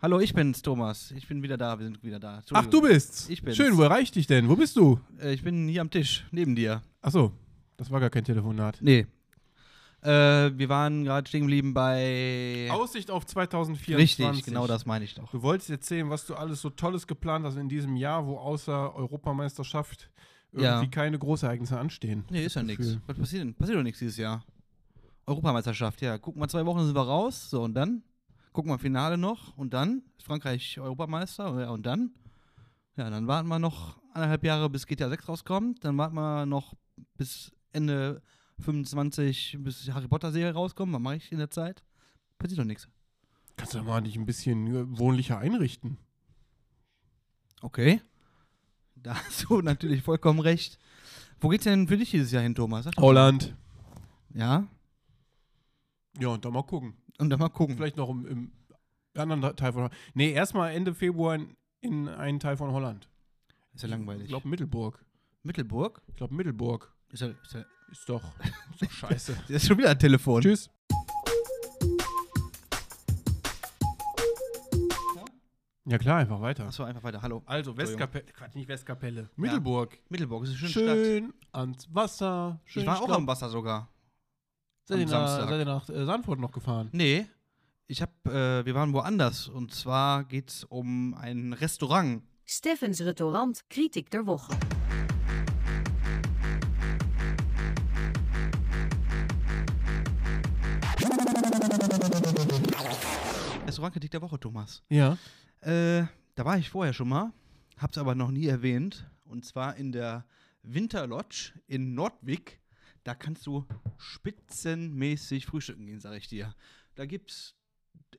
S1: Hallo, ich bin's, Thomas. Ich bin wieder da. Wir sind wieder da.
S2: Ach, du bist's.
S1: Ich bin's.
S2: Schön, wo erreicht dich denn? Wo bist du?
S1: Äh, ich bin hier am Tisch, neben dir.
S2: Ach so, das war gar kein Telefonat.
S1: Nee. Äh, wir waren gerade stehen geblieben bei.
S2: Aussicht auf 2024.
S1: Richtig, genau das meine ich doch.
S2: Du wolltest erzählen, was du alles so Tolles geplant hast in diesem Jahr, wo außer Europameisterschaft irgendwie
S1: Ja.
S2: keine Großereignisse anstehen.
S1: Nee, ist ja nichts.
S2: Gefühl.
S1: Was passiert denn? Passiert doch nichts dieses Jahr. Europameisterschaft, ja. Gucken wir zwei Wochen, sind wir raus. So, und dann? Gucken wir Finale noch. Und dann? Ist Frankreich Europameister? Ja, und dann? Ja, dann warten wir noch anderthalb Jahre, bis GTA 6 rauskommt. Dann warten wir noch bis Ende 25, bis die Harry Potter-Serie rauskommt. Was mache ich in der Zeit? Passiert doch nichts.
S2: Kannst du doch mal dich ein bisschen äh, wohnlicher einrichten.
S1: Okay. Da hast du natürlich vollkommen recht. Wo geht's denn für dich dieses Jahr hin, Thomas? Sag doch-
S2: Holland.
S1: Ja?
S2: Ja, und dann mal gucken.
S1: Und dann mal gucken.
S2: Vielleicht noch im, im anderen Teil von Holland. Nee, erstmal Ende Februar in, in einen Teil von Holland.
S1: ist ja langweilig.
S2: Ich glaube Mittelburg.
S1: Mittelburg?
S2: Ich glaube Mittelburg.
S1: Ist ja, ist ja
S2: Ist doch, ist doch scheiße.
S1: Das ist schon wieder ein Telefon.
S2: Tschüss. Ja klar, einfach weiter.
S1: Achso, einfach weiter. Hallo.
S2: Also Westkapelle, Quatsch, nicht Westkapelle. Mittelburg.
S1: Mittelburg ist eine schöne Stadt.
S2: Schön ans Wasser. Schön
S1: Ich war auch
S2: schlau.
S1: am Wasser sogar.
S2: Seid ihr
S1: am
S2: nach-
S1: Samstag.
S2: Seid ihr nach äh, Sanford noch gefahren?
S1: Nee, ich hab, äh, wir waren woanders. Und zwar geht's um ein Restaurant.
S3: Steffens Restaurant, kritiek der Woche.
S1: Restaurantkritik der Woche, Thomas.
S2: Ja.
S1: Äh, da war ich vorher schon mal, hab's aber noch nie erwähnt. Und zwar in der Winterlodge in Nordwig. Da kannst du spitzenmäßig frühstücken gehen, sag ich dir. Da gibt's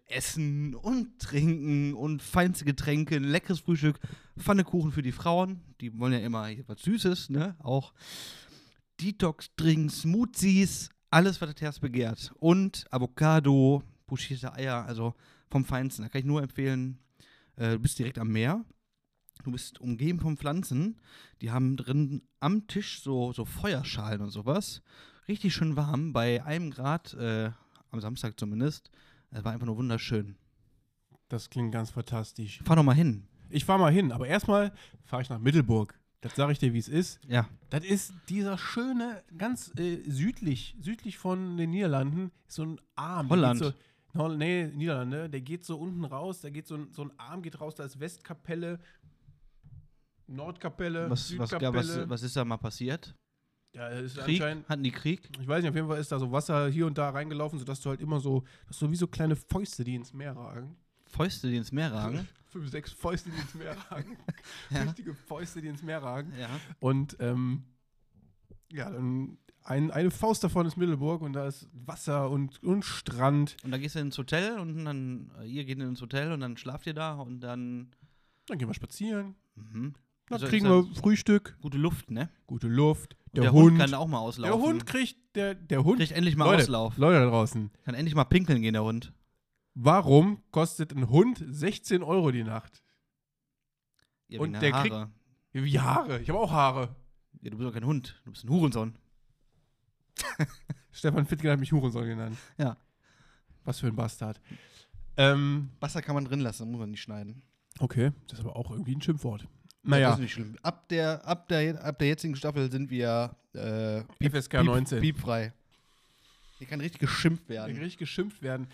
S1: Essen und Trinken und feinste Getränke, ein leckeres Frühstück, Pfannekuchen für die Frauen, die wollen ja immer hier was Süßes, ne? Auch Detox-Drinks, Smoothies, alles, was das Herz begehrt. Und Avocado, pochierte Eier, also vom Feinsten. Da kann ich nur empfehlen, äh, du bist direkt am Meer, du bist umgeben von Pflanzen, die haben drin am Tisch so, so Feuerschalen und sowas. Richtig schön warm, bei einem Grad, äh, am Samstag zumindest. Es war einfach nur wunderschön.
S2: Das klingt ganz fantastisch.
S1: Fahr doch mal hin.
S2: Ich fahr mal hin, aber erstmal fahre ich nach Mittelburg. Das sage ich dir, wie es ist.
S1: Ja.
S2: Das ist dieser schöne, ganz äh, südlich, südlich von den Niederlanden, ist so ein Arm. der
S1: Holland.
S2: geht So, Hol- nee, Niederlande. Der geht so unten raus, da geht so ein, so ein Arm geht raus, da ist Westkapelle, Nordkapelle,
S1: Was, was,
S2: Äh, Südkapelle.
S1: was, was ist da mal passiert?
S2: ja, ist
S1: Krieg?
S2: anscheinend,
S1: Hatten die Krieg?
S2: ich weiß nicht, auf jeden Fall ist da so Wasser hier und da reingelaufen, sodass du halt immer so, das ist so wie so kleine Fäuste, die ins Meer ragen.
S1: Fäuste, die ins Meer ragen?
S2: Fünf, sechs Fäuste, die ins Meer ragen.
S1: Ja.
S2: Richtige Fäuste, die ins Meer ragen.
S1: ja.
S2: Und ähm, ja, dann ein, eine Faust davon ist Mittelburg und da ist Wasser und, und Strand.
S1: Und dann gehst du ins Hotel und dann, äh, ihr geht ins Hotel und dann schlaft ihr da und dann,
S2: Dann gehen wir spazieren.
S1: mhm.
S2: Dann
S1: Also
S2: kriegen
S1: ist
S2: wir Frühstück,
S1: gute Luft, ne?
S2: gute Luft.
S1: Und
S2: Der,
S1: der
S2: Hund,
S1: kann auch mal
S2: der
S1: auslaufen.
S2: Hund kriegt, der, der Hund.
S1: kriegt endlich mal
S2: Leute,
S1: Auslauf.
S2: Leute da draußen,
S1: Kann endlich mal pinkeln gehen, der Hund.
S2: warum kostet ein Hund 16 Euro die Nacht?
S1: Ja,
S2: Und
S1: wegen
S2: der
S1: Haare.
S2: kriegt- Wie Haare, ich habe auch Haare.
S1: Ja, du bist doch kein Hund. Du bist ein Hurensohn.
S2: Stefan Fittgen hat mich Hurensohn genannt.
S1: Ja.
S2: Was für ein Bastard. Ähm,
S1: Wasser kann man drin lassen, muss man nicht schneiden.
S2: okay, das ist aber auch irgendwie ein Schimpfwort.
S1: Das
S2: Naja,
S1: ist nicht schlimm. Ab der, ab der, ab der jetzigen Staffel sind wir äh, piep-
S2: FSK
S1: piep-
S2: 19.
S1: piepfrei. Hier kann richtig geschimpft
S2: Der kann
S1: werden.
S2: richtig geschimpft werden.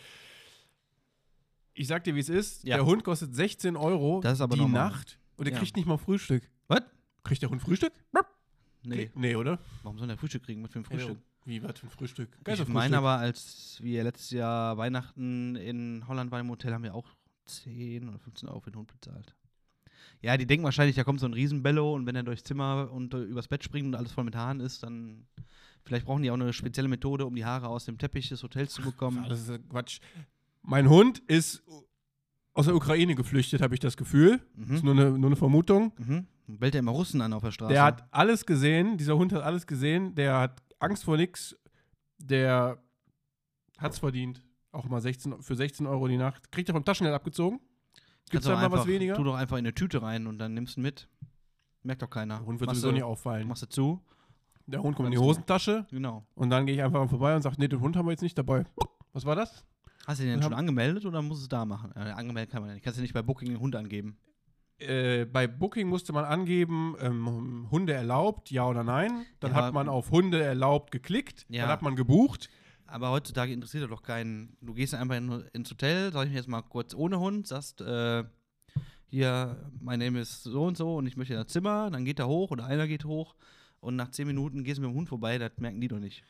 S2: Ich sag dir, wie es ist.
S1: Ja.
S2: Der Hund kostet 16 Euro
S1: Das ist aber
S2: die
S1: normal.
S2: Nacht und er
S1: Ja.
S2: kriegt nicht mal Frühstück.
S1: Was?
S2: Kriegt der Hund Frühstück?
S1: Nee.
S2: Nee, oder?
S1: Warum soll der Frühstück kriegen? Was für ein Frühstück?
S2: Wie, was für ein Frühstück?
S1: Ich
S2: Geisterfrühstück.
S1: meine aber, als wir letztes Jahr Weihnachten in Holland waren im Hotel, haben wir auch 10 oder 15 Euro für den Hund bezahlt. Ja, die denken wahrscheinlich, da kommt so ein Riesenbello und wenn er durchs Zimmer und äh, übers Bett springt und alles voll mit Haaren ist, dann vielleicht brauchen die auch eine spezielle Methode, um die Haare aus dem Teppich des Hotels zu bekommen.
S2: Das ist ja Quatsch. Mein Hund ist aus der Ukraine geflüchtet, habe ich das Gefühl.
S1: Mhm.
S2: Ist nur eine, nur eine Vermutung.
S1: Mhm. Und Bellt er immer Russen an auf der Straße?
S2: Der hat alles gesehen, dieser Hund hat alles gesehen, der hat Angst vor nix, der hat's verdient. auch mal 16, für 16 Euro die Nacht. Kriegt ihr vom Taschengeld abgezogen? Gibt
S1: Kannst
S2: es da
S1: auch
S2: mal was
S1: einfach-
S2: weniger?
S1: Tu doch einfach in eine Tüte rein und dann nimmst du ihn mit. Merkt doch keiner.
S2: Der Hund wird
S1: Machst
S2: sowieso
S1: du-
S2: nicht auffallen.
S1: Machst du zu?
S2: Der Hund kommt in die Hosentasche
S1: Genau.
S2: und dann gehe ich einfach vorbei und sage, nee, den Hund haben wir jetzt nicht dabei. Was war das?
S1: Hast du den denn
S2: Wir
S1: schon
S2: haben-
S1: angemeldet oder musst du es da machen? Äh, angemeldet kann man ja nicht. Kannst du nicht bei Booking den Hund angeben.
S2: Äh, bei Booking musste man angeben, ähm, Hunde erlaubt, ja oder nein. Dann
S1: Ja.
S2: hat man auf Hunde erlaubt geklickt,
S1: Ja.
S2: dann hat man gebucht.
S1: Aber heutzutage interessiert doch doch keinen. Du gehst einfach in, ins Hotel, sag ich mir jetzt mal kurz ohne Hund, sagst, äh, hier, mein Name ist so und so und ich möchte in das Zimmer, dann geht er hoch oder einer geht hoch und nach zehn Minuten gehst du mit dem Hund vorbei, das merken die doch nicht.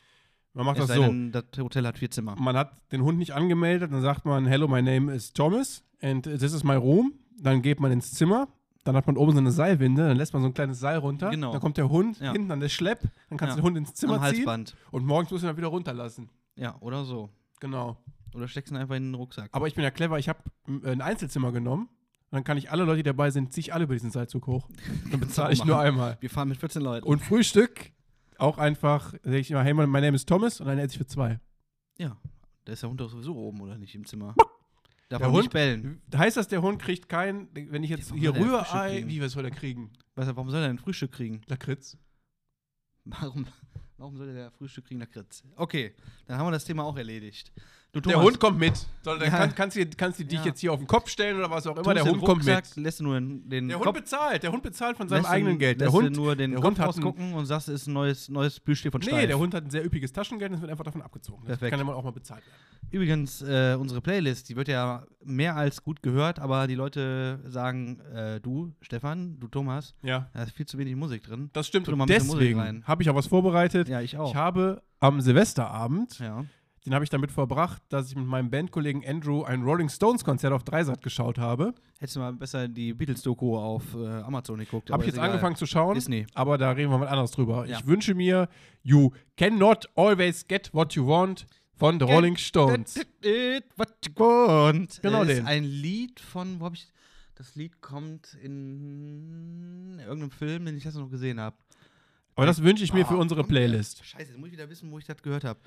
S2: Man macht
S1: Es sei
S2: das so.
S1: denn, das Hotel hat vier Zimmer.
S2: man hat den Hund nicht angemeldet, dann sagt man, hello, my name is Thomas and this is my room. Dann geht man ins Zimmer, dann hat man oben so eine Seilwinde, dann lässt man so ein kleines Seil runter,
S1: Genau.
S2: dann kommt der Hund
S1: Ja.
S2: hinten an der Schlepp, dann kannst
S1: Ja.
S2: du den Hund ins
S1: Am
S2: Zimmer ziehen
S1: Halsband.
S2: und morgens musst du ihn dann wieder runterlassen.
S1: Ja, oder so.
S2: Genau.
S1: Oder steckst ihn einfach in den Rucksack.
S2: Aber ich bin ja clever, ich habe ähm, ein Einzelzimmer genommen. Und dann kann ich alle Leute, die dabei sind, ziehe ich alle über diesen Seilzug hoch. Dann bezahle ich nur
S1: machen.
S2: einmal.
S1: Wir fahren mit 14 Leuten.
S2: Und Frühstück auch einfach, sage ich immer, hey, my name is Thomas und dann esse ich für zwei.
S1: ja, da ist der Hund doch sowieso oben, oder nicht, im Zimmer. Darf
S2: Der
S1: er
S2: Hund?
S1: nicht bellen.
S2: Heißt das, der Hund kriegt kein, wenn ich jetzt
S1: Ja, warum
S2: hier
S1: soll der Frühstück
S2: Rührei,
S1: kriegen?
S2: wie, was soll er kriegen?
S1: Weißt du, warum soll er denn Frühstück kriegen?
S2: Lakritz.
S1: Warum, warum soll der Frühstück kriegen, der Kritz? Okay, dann haben wir das Thema auch erledigt. Du,
S2: Der Hund kommt mit. Soll, dann
S1: Ja.
S2: kann, kannst du, kannst du dich
S1: Ja.
S2: jetzt hier auf den Kopf stellen oder was auch immer.
S1: tust
S2: Der
S1: den
S2: Hund kommt mit.
S1: Rucksack, Lässt du nur den, den
S2: Der Hund
S1: Kopf,
S2: bezahlt. Der Hund bezahlt von
S1: lässt
S2: seinem
S1: du-
S2: eigenen Geld. Der
S1: lässt du
S2: Hund,
S1: nur den
S2: der
S1: Kopf
S2: Hund hat ein,
S1: rausgucken und sagst, es ist ein neues, neues Plüschtier von Stein.
S2: Nee, der Hund hat ein sehr üppiges Taschengeld. Das wird einfach davon abgezogen. Das
S1: Perfekt.
S2: kann ja mal auch mal bezahlt werden.
S1: Übrigens, äh, unsere Playlist, die wird ja mehr als gut gehört, aber die Leute sagen, äh, du, Stefan, du, Thomas,
S2: Ja,
S1: da ist viel zu wenig Musik drin.
S2: das stimmt.
S1: Tu doch mal
S2: Und
S1: ein bisschen Musik
S2: deswegen
S1: rein.
S2: habe ich auch was vorbereitet.
S1: Ja, ich auch.
S2: Ich habe am Silvesterabend,
S1: ja.
S2: den habe ich damit verbracht, dass ich mit meinem Bandkollegen Andrew ein Rolling Stones Konzert auf Dreisat geschaut habe.
S1: Hättest du mal besser die Beatles-Doku auf äh, Amazon geguckt.
S2: Habe
S1: aber
S2: ich
S1: ist
S2: jetzt
S1: egal.
S2: angefangen zu schauen,
S1: Disney.
S2: aber da reden wir mal anders drüber.
S1: Ja.
S2: Ich wünsche mir You Cannot Always Get What You Want von The Rolling Stones.
S1: What you want.
S2: Genau
S1: ist
S2: den.
S1: ein Lied von, wo hab ich. Das Lied kommt in irgendeinem Film, den ich das noch gesehen habe.
S2: Aber das wünsche ich mir
S1: Ah,
S2: für unsere
S1: kommt der?
S2: Playlist.
S1: Scheiße, jetzt muss ich wieder wissen, wo ich das gehört habe.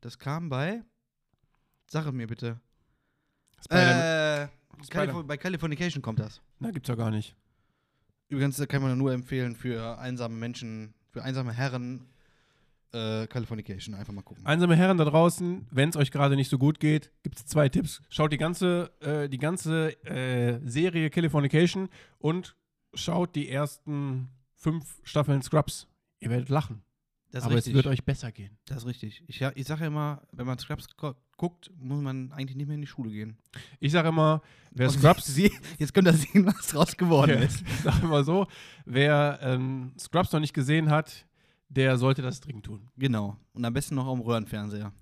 S1: Das kam bei. Sache mir bitte.
S2: Spider-
S1: Äh,
S2: Spider-
S1: Calif bei Californication kommt das.
S2: Na, gibt's ja gar nicht.
S1: Übrigens äh, kann man nur empfehlen für einsame Menschen, für einsame Herren. Äh, Californication, einfach mal gucken.
S2: Einsame Herren da draußen, wenn es euch gerade nicht so gut geht, gibt es zwei Tipps. Schaut die ganze, äh, die ganze äh, Serie Californication und schaut die ersten fünf Staffeln Scrubs. Ihr werdet lachen,
S1: Das ist
S2: aber
S1: richtig.
S2: es wird euch besser gehen.
S1: Das ist richtig. Ich, ja- ich sage ja immer, wenn man Scrubs gu- guckt, muss man eigentlich nicht mehr in die Schule gehen.
S2: Ich sage immer, wer Scrubs
S1: Sie, jetzt könnt ihr sehen, was draus geworden
S2: Ja,
S1: ist.
S2: Ich sage mal so, wer ähm, Scrubs noch nicht gesehen hat, der sollte das dringend tun.
S1: Genau. Und am besten noch am Röhrenfernseher.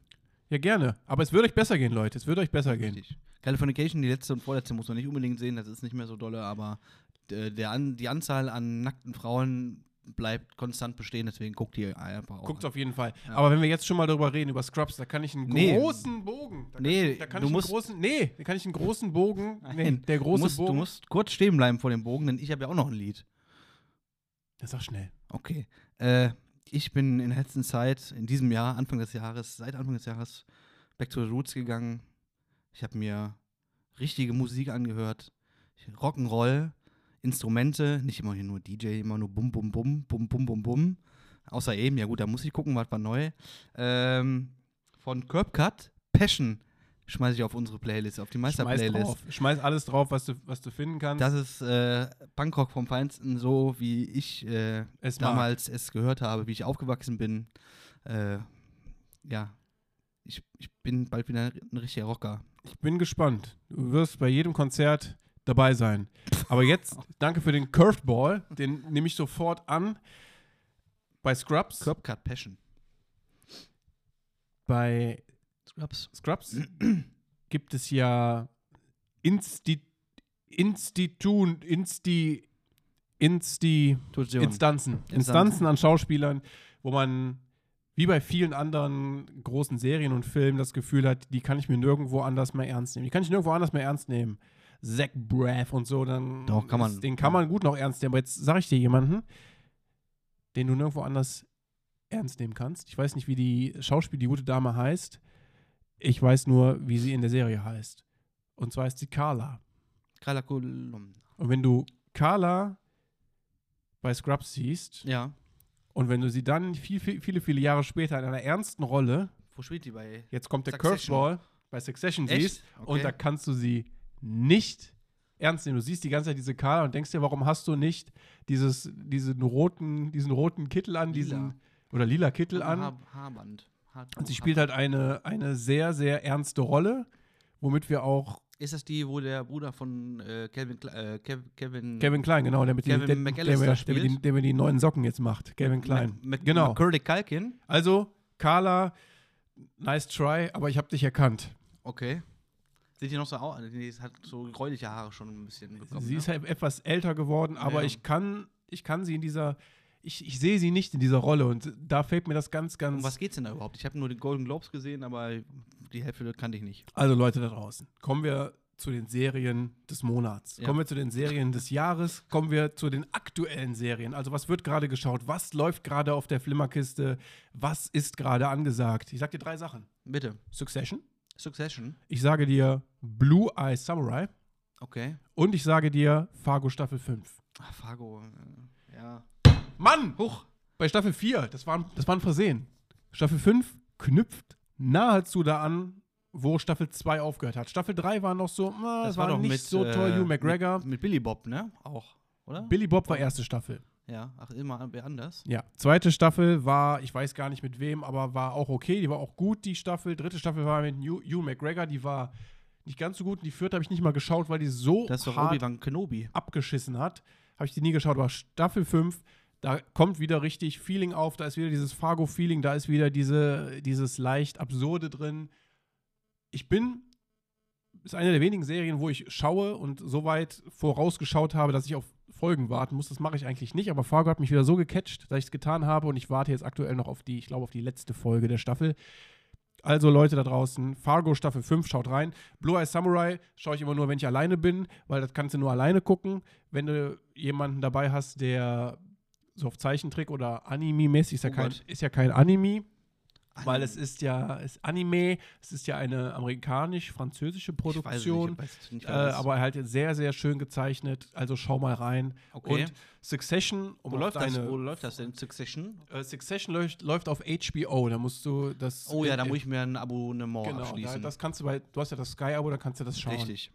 S2: Ja, gerne. Aber es wird euch besser gehen, Leute. Es wird euch besser gehen.
S1: Richtig. Californication, die letzte und vorletzte muss man nicht unbedingt sehen, das ist nicht mehr so dolle, aber äh, der an, die Anzahl an nackten Frauen bleibt konstant bestehen, deswegen guckt ihr einfach auch.
S2: Guckt's
S1: an.
S2: auf jeden Fall.
S1: Ja.
S2: Aber wenn wir jetzt schon mal darüber reden, über Scrubs, da kann ich einen
S1: Nee.
S2: großen Bogen. Da kann
S1: Nee,
S2: ich, da kann
S1: du
S2: ich
S1: musst-
S2: einen großen. Nee, da kann ich einen großen Bogen. Nee,
S1: Nein,
S2: der große
S1: du musst,
S2: Bogen.
S1: Du musst kurz stehen bleiben vor dem Bogen, denn ich habe ja auch noch ein Lied.
S2: Ja, sag schnell.
S1: Okay. Äh, ich bin in der letzten Zeit, in diesem Jahr, Anfang des Jahres, seit Anfang des Jahres, back to the roots gegangen. Ich habe mir richtige Musik angehört. Ich- Rock'n'Roll, Instrumente, nicht immer hier nur DJ, immer nur bum, bum, bum, bum, bum, bum, bum. Außer eben, ja gut, da muss ich gucken, was war neu. Ähm, von Curb Cut, Passion schmeiße ich auf unsere Playlist, auf die
S2: Schmeiß
S1: Meister-Playlist.
S2: drauf. Schmeiß alles drauf, was du, was du finden kannst.
S1: Das ist äh, Bangkok vom Feinsten, so wie ich äh,
S2: Es mag.
S1: damals es gehört habe, wie ich aufgewachsen bin. Äh, ja, ich, ich bin bald wieder ein richtiger Rocker.
S2: ich bin gespannt. Du wirst bei jedem Konzert dabei sein. Aber jetzt, danke für den Curveball. Den nehme ich sofort an. Bei Scrubs.
S1: Curbcut Passion.
S2: bei
S1: Scrubs.
S2: Scrubs gibt es ja Insti Institu Insti Insti Instanzen. Instanzen an Schauspielern, wo man wie bei vielen anderen großen Serien und Filmen das Gefühl hat, die kann ich mir nirgendwo anders mehr ernst nehmen. Die kann ich nirgendwo anders mehr ernst nehmen. Zach Braff und so, dann
S1: Doch, kann man.
S2: ist, den kann man gut noch ernst nehmen. Aber jetzt sage ich dir jemanden, den du nirgendwo anders ernst nehmen kannst. Ich weiß nicht, wie die Schauspiel, die gute Dame heißt, Ich weiß nur, wie sie in der Serie heißt. Und zwar ist sie Carla.
S1: Carla Kolumna.
S2: Und wenn du Carla bei Scrubs siehst
S1: Ja.
S2: und wenn du sie dann viel, viel, viele, viele Jahre später in einer ernsten Rolle,
S1: Wo spielt die bei?
S2: jetzt kommt der
S1: Succession.
S2: Curveball, bei Succession
S1: Echt?
S2: siehst
S1: Okay.
S2: und da kannst du sie nicht ernst nehmen. Du siehst die ganze Zeit diese Carla und denkst dir, warum hast du nicht dieses, diesen, roten, diesen roten Kittel an,
S1: Lila.
S2: diesen oder lila Kittel an.
S1: Haar Haarband. Haar
S2: Und sie spielt halt eine, eine sehr, sehr ernste Rolle, womit wir auch
S1: Ist das die, wo der Bruder von äh, Kevin, Kle- äh, Kev- Kevin,
S2: Kevin Klein, genau, der mit den-
S1: Kevin
S2: der, der,
S1: McAllister
S2: der, der, mit den-
S1: spielt?
S2: der mit den neuen Socken jetzt macht. Kevin Klein.
S1: Mit,
S2: genau.
S1: Curly Kalkin.
S2: Also, Carla, nice try, aber ich habe dich erkannt.
S1: Okay. Sieht die noch so aus? Nee, es hat so gräuliche Haare schon ein bisschen bekommen.
S2: sie
S1: ne?
S2: ist halt etwas älter geworden, aber
S1: Ja.
S2: ich kann, ich kann sie in dieser, ich, ich sehe sie nicht in dieser Rolle und da fällt mir das ganz,
S1: um
S2: ganz.
S1: was geht's denn da überhaupt? Ich habe nur die Golden Globes gesehen, aber die Hälfte kannte ich nicht.
S2: Also Leute da draußen, kommen wir zu den Serien des Monats.
S1: Ja.
S2: Kommen wir zu den Serien des Jahres. Kommen wir zu den aktuellen Serien. Also was wird gerade geschaut? Was läuft gerade auf der Flimmerkiste? Was ist gerade angesagt? Ich sag dir drei Sachen.
S1: Bitte.
S2: Succession.
S1: Succession.
S2: Ich sage dir Blue Eye Samurai.
S1: Okay.
S2: Und ich sage dir Fargo Staffel 5.
S1: Ach, Fargo. äh, Ja.
S2: Mann! Hoch! Bei Staffel 4, das war, das war ein Versehen. Staffel 5 knüpft nahezu da an, wo Staffel 2 aufgehört hat. Staffel 3 war noch so, na, das, Ah, war, doch nicht so
S1: äh,
S2: toll. Hugh McGregor.
S1: Mit, mit Billy Bob, ne? Auch, oder?
S2: Billy Bob war erste Staffel.
S1: ja, ach, immer an- wer anders.
S2: Ja. Zweite Staffel war, ich weiß gar nicht mit wem, aber war auch okay. Die war auch gut, die Staffel. Dritte Staffel war mit Hugh, Hugh McGregor. Die war nicht ganz so gut. Und die vierte habe ich nicht mal geschaut, weil die so
S1: Das ist doch
S2: Oh, hart
S1: Obi-Wan Kenobi.
S2: abgeschissen hat. Habe ich die nie geschaut. Aber Staffel 5, da kommt wieder richtig Feeling auf. Da ist wieder dieses Fargo-Feeling. Da ist wieder diese, dieses leicht Absurde drin. Ich bin. Ist eine der wenigen Serien, wo ich schaue und so weit vorausgeschaut habe, dass ich auf Folgen warten muss. Das mache ich eigentlich nicht, aber Fargo hat mich wieder so gecatcht, dass ich es getan habe und ich warte jetzt aktuell noch auf die, ich glaube, auf die letzte Folge der Staffel. Also Leute da draußen, Fargo Staffel 5, schaut rein. Blue Eye Samurai schaue ich immer nur, wenn ich alleine bin, weil das kannst du nur alleine gucken. Wenn du jemanden dabei hast, der so auf Zeichentrick oder Anime-mäßig ist, ja
S1: Oh
S2: kein-
S1: Gott.
S2: ist ja kein Anime, weil es ist ja ist Anime, es ist ja eine amerikanisch-französische Produktion,
S1: Ich weiß es nicht, ich weiß es nicht,
S2: äh,
S1: was es ist.
S2: aber halt jetzt sehr, sehr schön gezeichnet. Also schau mal rein.
S1: Okay.
S2: Und Succession, um
S1: wo,
S2: auf
S1: läuft das,
S2: deine-
S1: wo läuft das denn? Succession?
S2: Äh, Succession läuft, läuft auf HBO, da musst du das.
S1: Oh ja, da
S2: äh,
S1: muss ich mir ein Abonnement
S2: genau, da,
S1: abschließen.
S2: das kannst du bei, du hast ja das Sky-Abo, da kannst du das schauen.
S1: Richtig.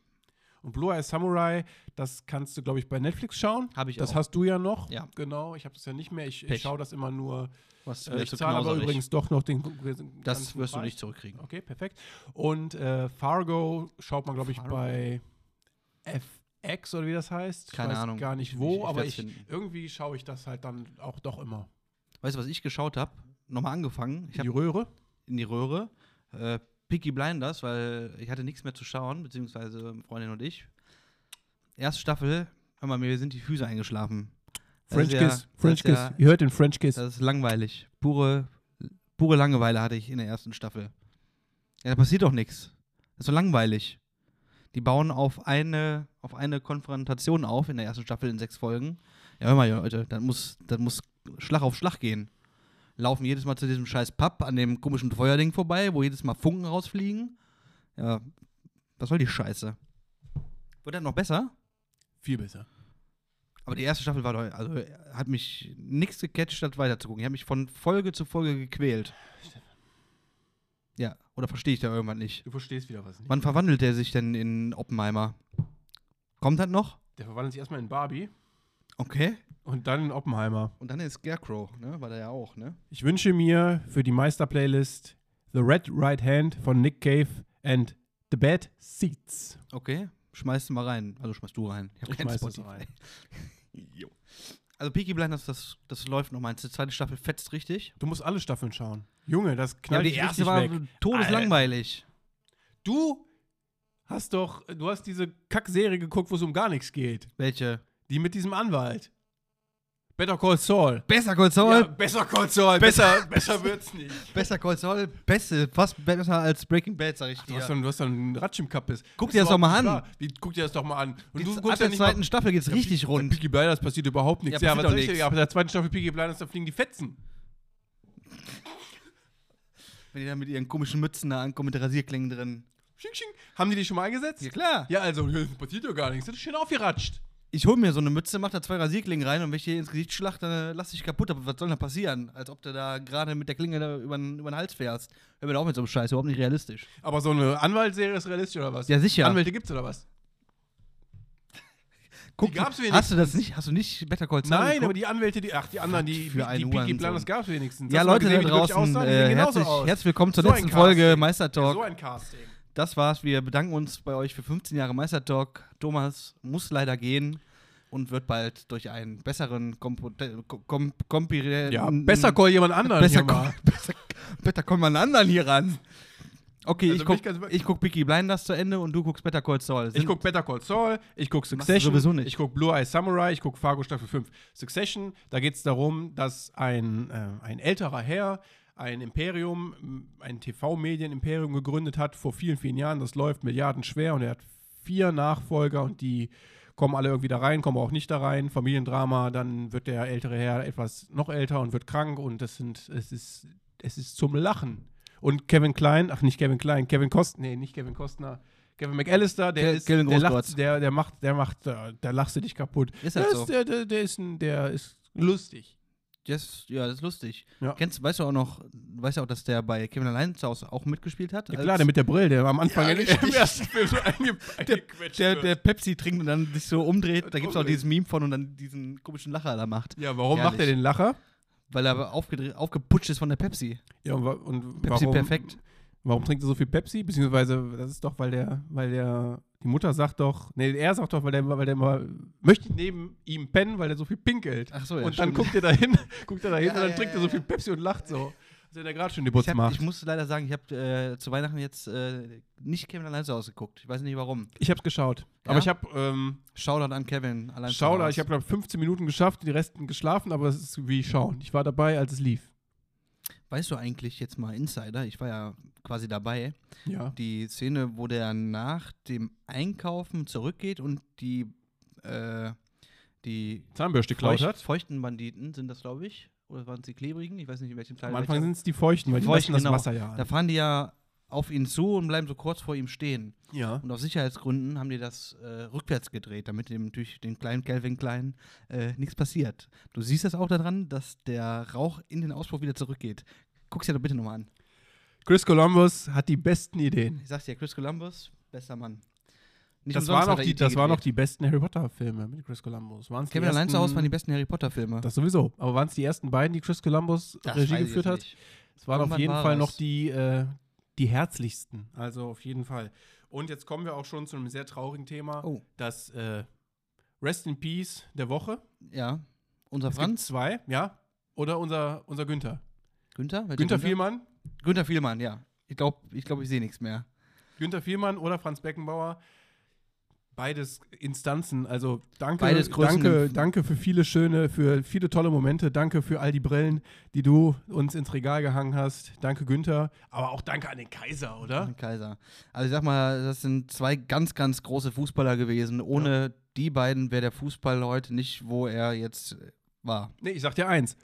S2: Und Blue Eye Samurai, das kannst du, glaube ich, bei Netflix schauen.
S1: Habe ich
S2: das
S1: auch.
S2: hast du ja noch.
S1: Ja.
S2: Genau, ich habe das ja nicht mehr. Ich, ich
S1: Pech.
S2: schaue das immer nur.
S1: Was
S2: Äh, ich
S1: willst du
S2: zahle aber
S1: knauserig?
S2: übrigens doch noch den.
S1: Das
S2: ganzen
S1: wirst du
S2: Preis.
S1: nicht zurückkriegen.
S2: Okay, perfekt. Und äh, Fargo schaut man, glaube ich,
S1: Fargo?
S2: bei FX oder wie das heißt.
S1: Keine
S2: ich weiß
S1: Ahnung.
S2: gar nicht
S1: Ich-
S2: wo,
S1: ich
S2: aber
S1: werd's
S2: ich,
S1: finden.
S2: irgendwie schaue ich das halt dann auch doch immer.
S1: Weißt du, was ich geschaut habe? Nochmal angefangen. Ich
S2: In die
S1: habe
S2: Röhre?
S1: in die Röhre. Äh, Picky Blinders, weil ich hatte nichts mehr zu schauen, beziehungsweise Freundin und ich. Erste Staffel, hör mal, mir sind die Füße eingeschlafen. Das
S2: French
S1: ist ja-
S2: Kiss. French Kiss.
S1: das ist ja-
S2: Ihr hört den French Kiss.
S1: Das ist langweilig. Pure, pure Langeweile hatte ich in der ersten Staffel. Ja, da passiert doch nichts. Das ist so langweilig. Die bauen auf eine, auf eine Konfrontation auf in der ersten Staffel in sechs Folgen. Ja, hör mal, Leute, das muss, das muss Schlag auf Schlag gehen. Laufen jedes Mal zu diesem scheiß Pub an dem komischen Feuerding vorbei, wo jedes Mal Funken rausfliegen. Ja, was soll die Scheiße? Wird dann noch besser?
S2: Viel besser.
S1: Aber die erste Staffel war doch, also hat mich nichts gecatcht, das weiterzugucken. Ich habe mich von Folge zu Folge gequält. Ja, oder verstehe ich da irgendwann nicht?
S2: Du verstehst wieder was nicht.
S1: Wann verwandelt er sich denn in Oppenheimer? Kommt das noch?
S2: Der verwandelt sich erstmal in Barbie
S1: Okay.
S2: und dann in Oppenheimer.
S1: Und dann ist Scarecrow, ne? War der ja auch, ne?
S2: Ich wünsche mir für die Meister-Playlist The Red Right Hand von Nick Cave and The Bad Seats.
S1: Okay. Schmeißt du mal rein. Also schmeißt du rein. Ich hab keinen
S2: schmeiß das
S1: Spotify.
S2: rein.
S1: jo. Also Peaky Blinders, das, das läuft noch mal. Die zweite Staffel fetzt richtig.
S2: Du musst alle Staffeln schauen. Junge, das knallt dich richtig weg.
S1: todeslangweilig.
S2: Du hast doch, du hast diese Kackserie geguckt, wo es um gar nichts geht.
S1: Welche?
S2: Die mit diesem Anwalt. Better Call Saul.
S1: Besser Call Saul.
S2: Ja, besser Call Saul. Besser, besser wird's nicht.
S1: Besser Call Saul, beste, fast besser als Breaking Bad, sag ich
S2: Du
S1: dir.
S2: hast, doch, du hast doch einen Ratsch im Kappes.
S1: Guck
S2: Das
S1: dir
S2: ist
S1: das doch mal
S2: überhaupt
S1: an.
S2: nicht wahr. Wie, guck dir das doch mal an. Und
S1: Die-
S2: du
S1: ab
S2: guckst
S1: der
S2: ja nicht mal
S1: zweiten Staffel geht's richtig
S2: Bei
S1: rund.
S2: Peaky Blinders passiert überhaupt nichts.
S1: Ja,
S2: Ja,
S1: passiert
S2: was
S1: doch
S2: soll ich
S1: nichts.
S2: dir- ja, aber in der zweiten Staffel Peaky Blinders, da fliegen die Fetzen.
S1: Wenn die dann mit ihren komischen Mützen da ankommen, mit Rasierklingen drin.
S2: Sching, sching. Haben die die schon mal eingesetzt?
S1: Ja, klar.
S2: Ja, also, ja, passiert doch gar nichts. Das ist schön aufgeratscht.
S1: Ich hole mir so eine Mütze, mach da zwei Rasierklingen rein und wenn ich die ins Gesicht schlacht, dann lasse ich kaputt. Aber was soll denn da passieren? Als ob du da gerade mit der Klinge da über den, über den Hals fährst. Hör mir da auch mit so einem Scheiß, überhaupt nicht realistisch.
S2: Aber so eine Anwaltsserie ist realistisch oder was?
S1: Ja, sicher.
S2: Anwälte gibt's oder was?
S1: Guck,
S2: gab's
S1: hast du das nicht? Hast du nicht Better Call Saul
S2: Nein,
S1: geguckt?
S2: aber die Anwälte, die, ach, die anderen, die,
S1: für
S2: die
S1: ein
S2: Peaky
S1: Hurensohn.
S2: Blinders gab's wenigstens.
S1: Ja,
S2: Hast du mal
S1: Leute da
S2: gesehen, wie die wirklich
S1: draußen,
S2: aussahen? Die
S1: äh,
S2: sehen genauso
S1: herzlich,
S2: aus.
S1: herzlich willkommen zur
S2: So ein
S1: letzten Folge
S2: Casting.
S1: Meistertalk.
S2: So ein Casting.
S1: Das war's. Wir bedanken uns bei euch für 15 Jahre Meistertalk. Thomas muss leider gehen und wird bald durch einen besseren Kompeten- Kom Kom Kompire-
S2: Ja, besser call jemand anderen.
S1: Ähm, besser,
S2: Junge.
S1: ko- besser, besser kommt man einen anderen hier ran. Okay,
S2: Also
S1: ich
S2: mich ganz-
S1: guck, ich guck Peaky Blinders zu Ende und du guckst Better Call Saul.
S2: Ich guck Better Call Saul, ich guck
S1: du
S2: Succession,
S1: sowieso nicht.
S2: ich guck Blue Eye Samurai, ich guck Fargo Staffel 5. Succession, da geht es darum, dass ein, äh, ein älterer Herr ein Imperium, m, ein TV-Medien-Imperium gegründet hat vor vielen, vielen Jahren. Das läuft milliardenschwer und er hat vier Nachfolger und die kommen alle irgendwie da rein, kommen auch nicht da rein. Familiendrama, dann wird der ältere Herr etwas noch älter und wird krank und das sind, es ist, es ist zum Lachen. Und Kevin Klein, ach nicht Kevin Klein, Kevin Kost, nee, nicht Kevin Kostner, Kevin McAllister, der
S1: Ke-
S2: ist,
S1: Kevin
S2: der,
S1: Großkotz.
S2: lacht, der, der macht, der macht, äh, da lachst du dich kaputt.
S1: Ist halt
S2: der,
S1: so.
S2: ist, der, der, der ist ein, der ist lustig.
S1: yes, ja, das ist lustig.
S2: Ja.
S1: Kennst, weißt du auch noch, weißt du auch, dass der bei Kevin Allein zu Hause auch mitgespielt hat?
S2: Ja,
S1: Als-
S2: klar, der mit der Brille, der am Anfang
S1: Ja,
S2: im
S1: richtig.
S2: ersten Film so einge eingequetscht
S1: der,
S2: wird.
S1: der Pepsi trinkt und dann sich so umdreht. Da gibt es auch
S2: Umdreht.
S1: dieses Meme von und dann diesen komischen Lacher da macht.
S2: Ja, warum macht er
S1: Herrlich.
S2: den Lacher?
S1: Weil er aber aufgedreht, aufgeputscht ist von der Pepsi.
S2: Ja, und, wa- und
S1: Pepsi
S2: warum,
S1: perfekt.
S2: Warum trinkt er so viel Pepsi? Beziehungsweise, das ist doch, weil der, weil der, die Mutter sagt doch, nee, er sagt doch, weil der, weil der immer, möchte neben ihm pennen, weil der so viel pinkelt.
S1: Ach so, ja,
S2: Und dann
S1: stimmt.
S2: guckt er dahin, guckt er dahin
S1: Ja,
S2: und dann
S1: ja,
S2: trinkt
S1: ja,
S2: er so
S1: ja.
S2: viel Pepsi und lacht so. Also, wenn er gerade schon die Butz
S1: ich, hab,
S2: macht.
S1: ich muss leider sagen, ich habe äh, zu Weihnachten jetzt äh, nicht Kevin allein zu Hause geguckt. Ich weiß nicht warum.
S2: Ich hab's geschaut.
S1: Ja?
S2: Aber ich hab, ähm,
S1: Shoutout an Kevin allein zu
S2: Schauder,
S1: Hause.
S2: ich hab, glaube 15 Minuten geschafft, die Resten geschlafen, aber es ist wie schauen. Ich war dabei, als es lief.
S1: Weißt du eigentlich jetzt mal Insider? Ich war ja quasi dabei.
S2: Ja.
S1: Die Szene, wo der nach dem Einkaufen zurückgeht und die, äh, die
S2: Zahnbürste geklaut
S1: feucht-
S2: hat.
S1: feuchten Banditen sind das, glaube ich. Oder waren es die klebrigen? Ich weiß nicht, in welchem Teil.
S2: Am Anfang
S1: welcher-
S2: sind es die Feuchten, weil die
S1: Feuchten,
S2: lassen das
S1: genau.
S2: Wasser ja
S1: Da
S2: an.
S1: fahren die ja auf ihn zu und bleiben so kurz vor ihm stehen.
S2: Ja.
S1: Und aus Sicherheitsgründen haben die das äh, rückwärts gedreht, damit dem durch den kleinen Calvin Klein äh, nichts passiert. Du siehst das auch daran, dass der Rauch in den Auspuff wieder zurückgeht. Guck's dir doch bitte nochmal an.
S2: Chris Columbus hat die besten Ideen.
S1: Ich sag's dir, Chris Columbus, bester Mann. Nicht
S2: Das
S1: umsonst
S2: waren,
S1: hat
S2: auch
S1: er
S2: die,
S1: E.T.
S2: das waren auch
S1: gedreht.
S2: die besten Harry Potter-Filme mit Chris Columbus. Waren's die
S1: Kevin allein zu
S2: ersten-
S1: Hause waren die besten Harry Potter-Filme.
S2: Das sowieso. Aber waren es die ersten beiden, die Chris Columbus
S1: Das
S2: Regie
S1: weiß ich
S2: geführt
S1: jetzt
S2: hat?
S1: nicht.
S2: Es waren auf
S1: Irgendwann
S2: jeden
S1: war
S2: Fall noch
S1: das.
S2: die, äh, die herzlichsten. Also auf jeden Fall. Und jetzt kommen wir auch schon zu einem sehr traurigen Thema.
S1: Oh,
S2: Das äh, Rest in Peace der Woche.
S1: ja. Unser
S2: Es gibt
S1: Franz,
S2: zwei, ja. Oder unser, unser Günther.
S1: Günther? Welcher
S2: Günther Vielmann.
S1: Günther Vielmann, ja. Ich glaube, ich, glaub, ich sehe nichts mehr.
S2: Günther Vielmann oder Franz Beckenbauer. Beides Instanzen. Also danke,
S1: Beides Größen
S2: danke,
S1: im-
S2: danke für viele schöne, für viele tolle Momente. Danke für all die Brillen, die du uns ins Regal gehangen hast. Danke Günther, aber auch danke an den Kaiser, oder?
S1: Frank Kaiser. Also ich sag mal, das sind zwei ganz, ganz große Fußballer gewesen. Ohne die beiden wäre der Fußball heute nicht, wo er jetzt äh, war.
S2: Nee, ich sag dir eins.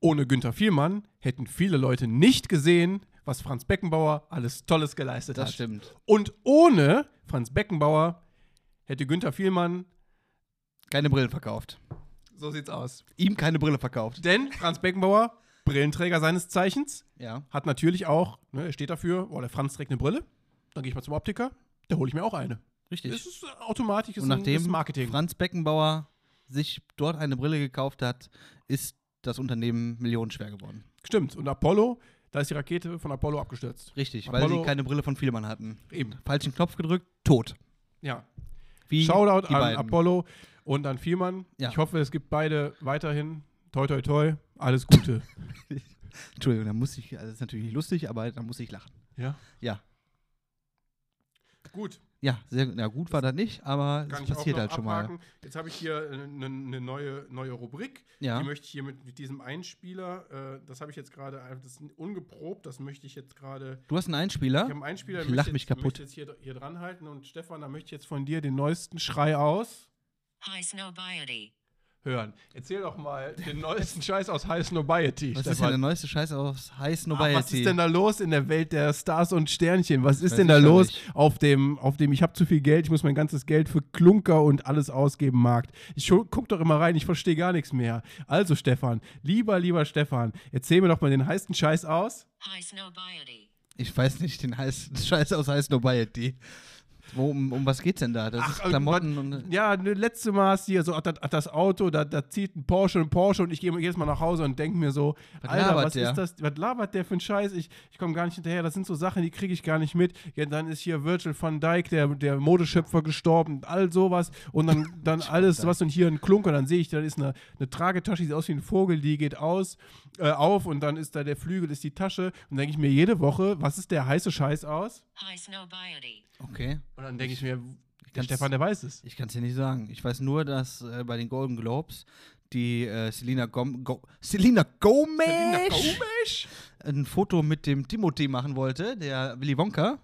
S2: Ohne Günther Vielmann hätten viele Leute nicht gesehen, was Franz Beckenbauer alles Tolles geleistet
S1: Das
S2: hat.
S1: stimmt.
S2: Und ohne Franz Beckenbauer hätte Günther Vielmann,
S1: Keine Brillen verkauft.
S2: so sieht's aus.
S1: Ihm keine Brille verkauft.
S2: Denn Franz Beckenbauer, Brillenträger seines Zeichens,
S1: Ja.
S2: hat natürlich auch, ne, er steht dafür, oh, der Franz trägt eine Brille, dann gehe ich mal zum Optiker, da hole ich mir auch eine. Das
S1: Richtig.
S2: ist äh, automatisch, ist
S1: Und
S2: ein- ist
S1: nachdem
S2: Marketing.
S1: Franz Beckenbauer sich dort eine Brille gekauft hat, ist das Unternehmen millionenschwer geworden.
S2: Stimmt, und Apollo, da ist die Rakete von Apollo abgestürzt.
S1: Richtig, weil
S2: Apollo-
S1: sie keine Brille von Vielmann hatten.
S2: Eben,
S1: Falschen Knopf gedrückt, tot.
S2: ja.
S1: Wie
S2: Shoutout
S1: die
S2: an
S1: beiden.
S2: Apollo und an Vielmann.
S1: Ja.
S2: Ich hoffe, es gibt beide weiterhin, toi toi toi, alles Gute.
S1: Entschuldigung, da muss ich, also das ist natürlich nicht lustig, aber da muss ich lachen.
S2: ja.
S1: Ja.
S2: Gut,
S1: Ja, sehr na gut war das nicht, aber
S2: kann
S1: es
S2: ich
S1: passiert
S2: auch noch
S1: halt schon mal.
S2: abhaken. Jetzt habe ich hier eine ne neue, neue Rubrik.
S1: Ja.
S2: Die möchte ich hier mit, mit diesem Einspieler, äh, das habe ich jetzt gerade, ein- das ist ungeprobt, das möchte ich jetzt gerade.
S1: Du hast einen
S2: Ich
S1: Einspieler?
S2: habe einen Einspieler,
S1: Ich
S2: möchte
S1: lach
S2: jetzt,
S1: mich kaputt.
S2: möchte jetzt hier, hier dran halten und Stefan, da möchte ich jetzt von dir den neuesten Schrei aus.
S4: High snobiety.
S2: hören. Erzähl doch mal den neuesten Scheiß aus High Snobiety.
S1: Was ist denn
S2: Stefan.
S1: der neueste Scheiß aus High
S2: Ah,
S1: Snobiety?
S2: was ist denn da los in der Welt der Stars und Sternchen? Was ist
S1: Weiß
S2: denn
S1: ich
S2: da
S1: auch
S2: los
S1: nicht.
S2: auf dem, auf dem ich habe zu viel Geld, ich muss mein ganzes Geld für Klunker und alles ausgeben Markt? Ich schu- guck doch immer rein, ich verstehe gar nichts mehr. Also Stefan, lieber, lieber Stefan, erzähl mir doch mal den heißen Scheiß aus.
S4: High Snobiety.
S1: Ich weiß nicht, den heißen Scheiß aus High Snobiety. Wo, um, um was geht's denn da? Das ist
S2: äh,
S1: Klamotten
S2: was-
S1: und.
S2: Ja, ne, letzte Mal hast du hier so ach, das, ach, das Auto, da, da zieht ein Porsche ein Porsche und ich gehe jedes Mal nach Hause und denke mir so,
S1: Was
S2: Alter,
S1: labert
S2: was
S1: der?
S2: ist das? Was labert der für ein Scheiß? Ich, ich komme gar nicht hinterher. Das sind so Sachen, die kriege ich gar nicht mit. Ja, dann ist hier Virgil van Dijk, der, der Modeschöpfer, gestorben und all sowas. Und dann, dann alles, was und hier ein Klunker. Dann sehe ich, da ist eine, eine Tragetasche, die sieht aus wie ein Vogel, die geht aus, äh, auf und dann ist da der Flügel, ist die Tasche. Und denke ich mir jede Woche, was ist der heiße Scheiß aus?
S4: High Snobiety.
S1: Okay.
S2: Und dann denke ich mir, der
S1: kann's-
S2: Stefan, der weiß es.
S1: Ich kann's dir nicht sagen. Ich weiß nur, dass äh, bei den Golden Globes die äh, Selena, Gom Go Selena Gomez
S2: Komisch.
S1: ein Foto mit dem Timothy machen wollte, der Willy Wonka.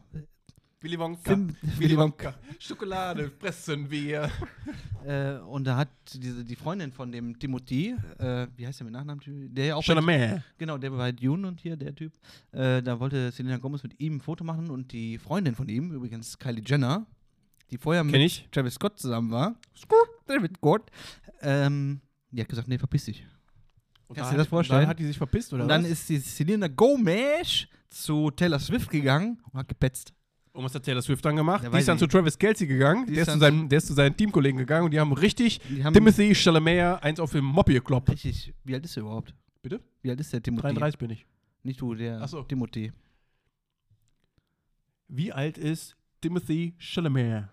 S2: Willy Wonka.
S1: Film- Willy Wonka.
S2: Schokolade pressen wir.
S1: Äh, und da hat diese, die Freundin von dem Timothy, äh, wie heißt der mit Nachnamen? Der ja auch bei
S2: Chalamet.
S1: Genau, der bei Dune und hier, der Typ. Äh, da wollte Selena Gomez mit ihm ein Foto machen und die Freundin von ihm, übrigens Kylie Jenner, die vorher mit
S2: Kenn ich.
S1: Travis Scott zusammen war. Travis Scott. Ähm, die hat gesagt, nee, verpiss dich.
S2: Und
S1: Kannst
S2: da
S1: dir das
S2: hat-
S1: vorstellen?
S2: und Dann hat die sich verpisst, oder
S1: und dann
S2: was?
S1: ist die Selena Gomez zu Taylor Swift gegangen und hat gepetzt.
S2: und was hat Taylor Swift dann gemacht?
S1: Ja,
S2: die
S1: weiß
S2: ist dann
S1: ich
S2: zu Travis Kelsey gegangen,
S1: Die
S2: der
S1: ist
S2: ist, zu
S1: dann-
S2: seinem, der ist zu seinen Teamkollegen gegangen und die haben richtig
S1: Die haben-
S2: Timothy Chalamet eins auf den Moppie gekloppt.
S1: Richtig, wie alt ist er überhaupt?
S2: Bitte?
S1: Wie alt ist der Timothy?
S2: 33 bin ich.
S1: Nicht du, der
S2: Ach so.
S1: Timothy.
S2: Wie alt ist Timothy Chalamet?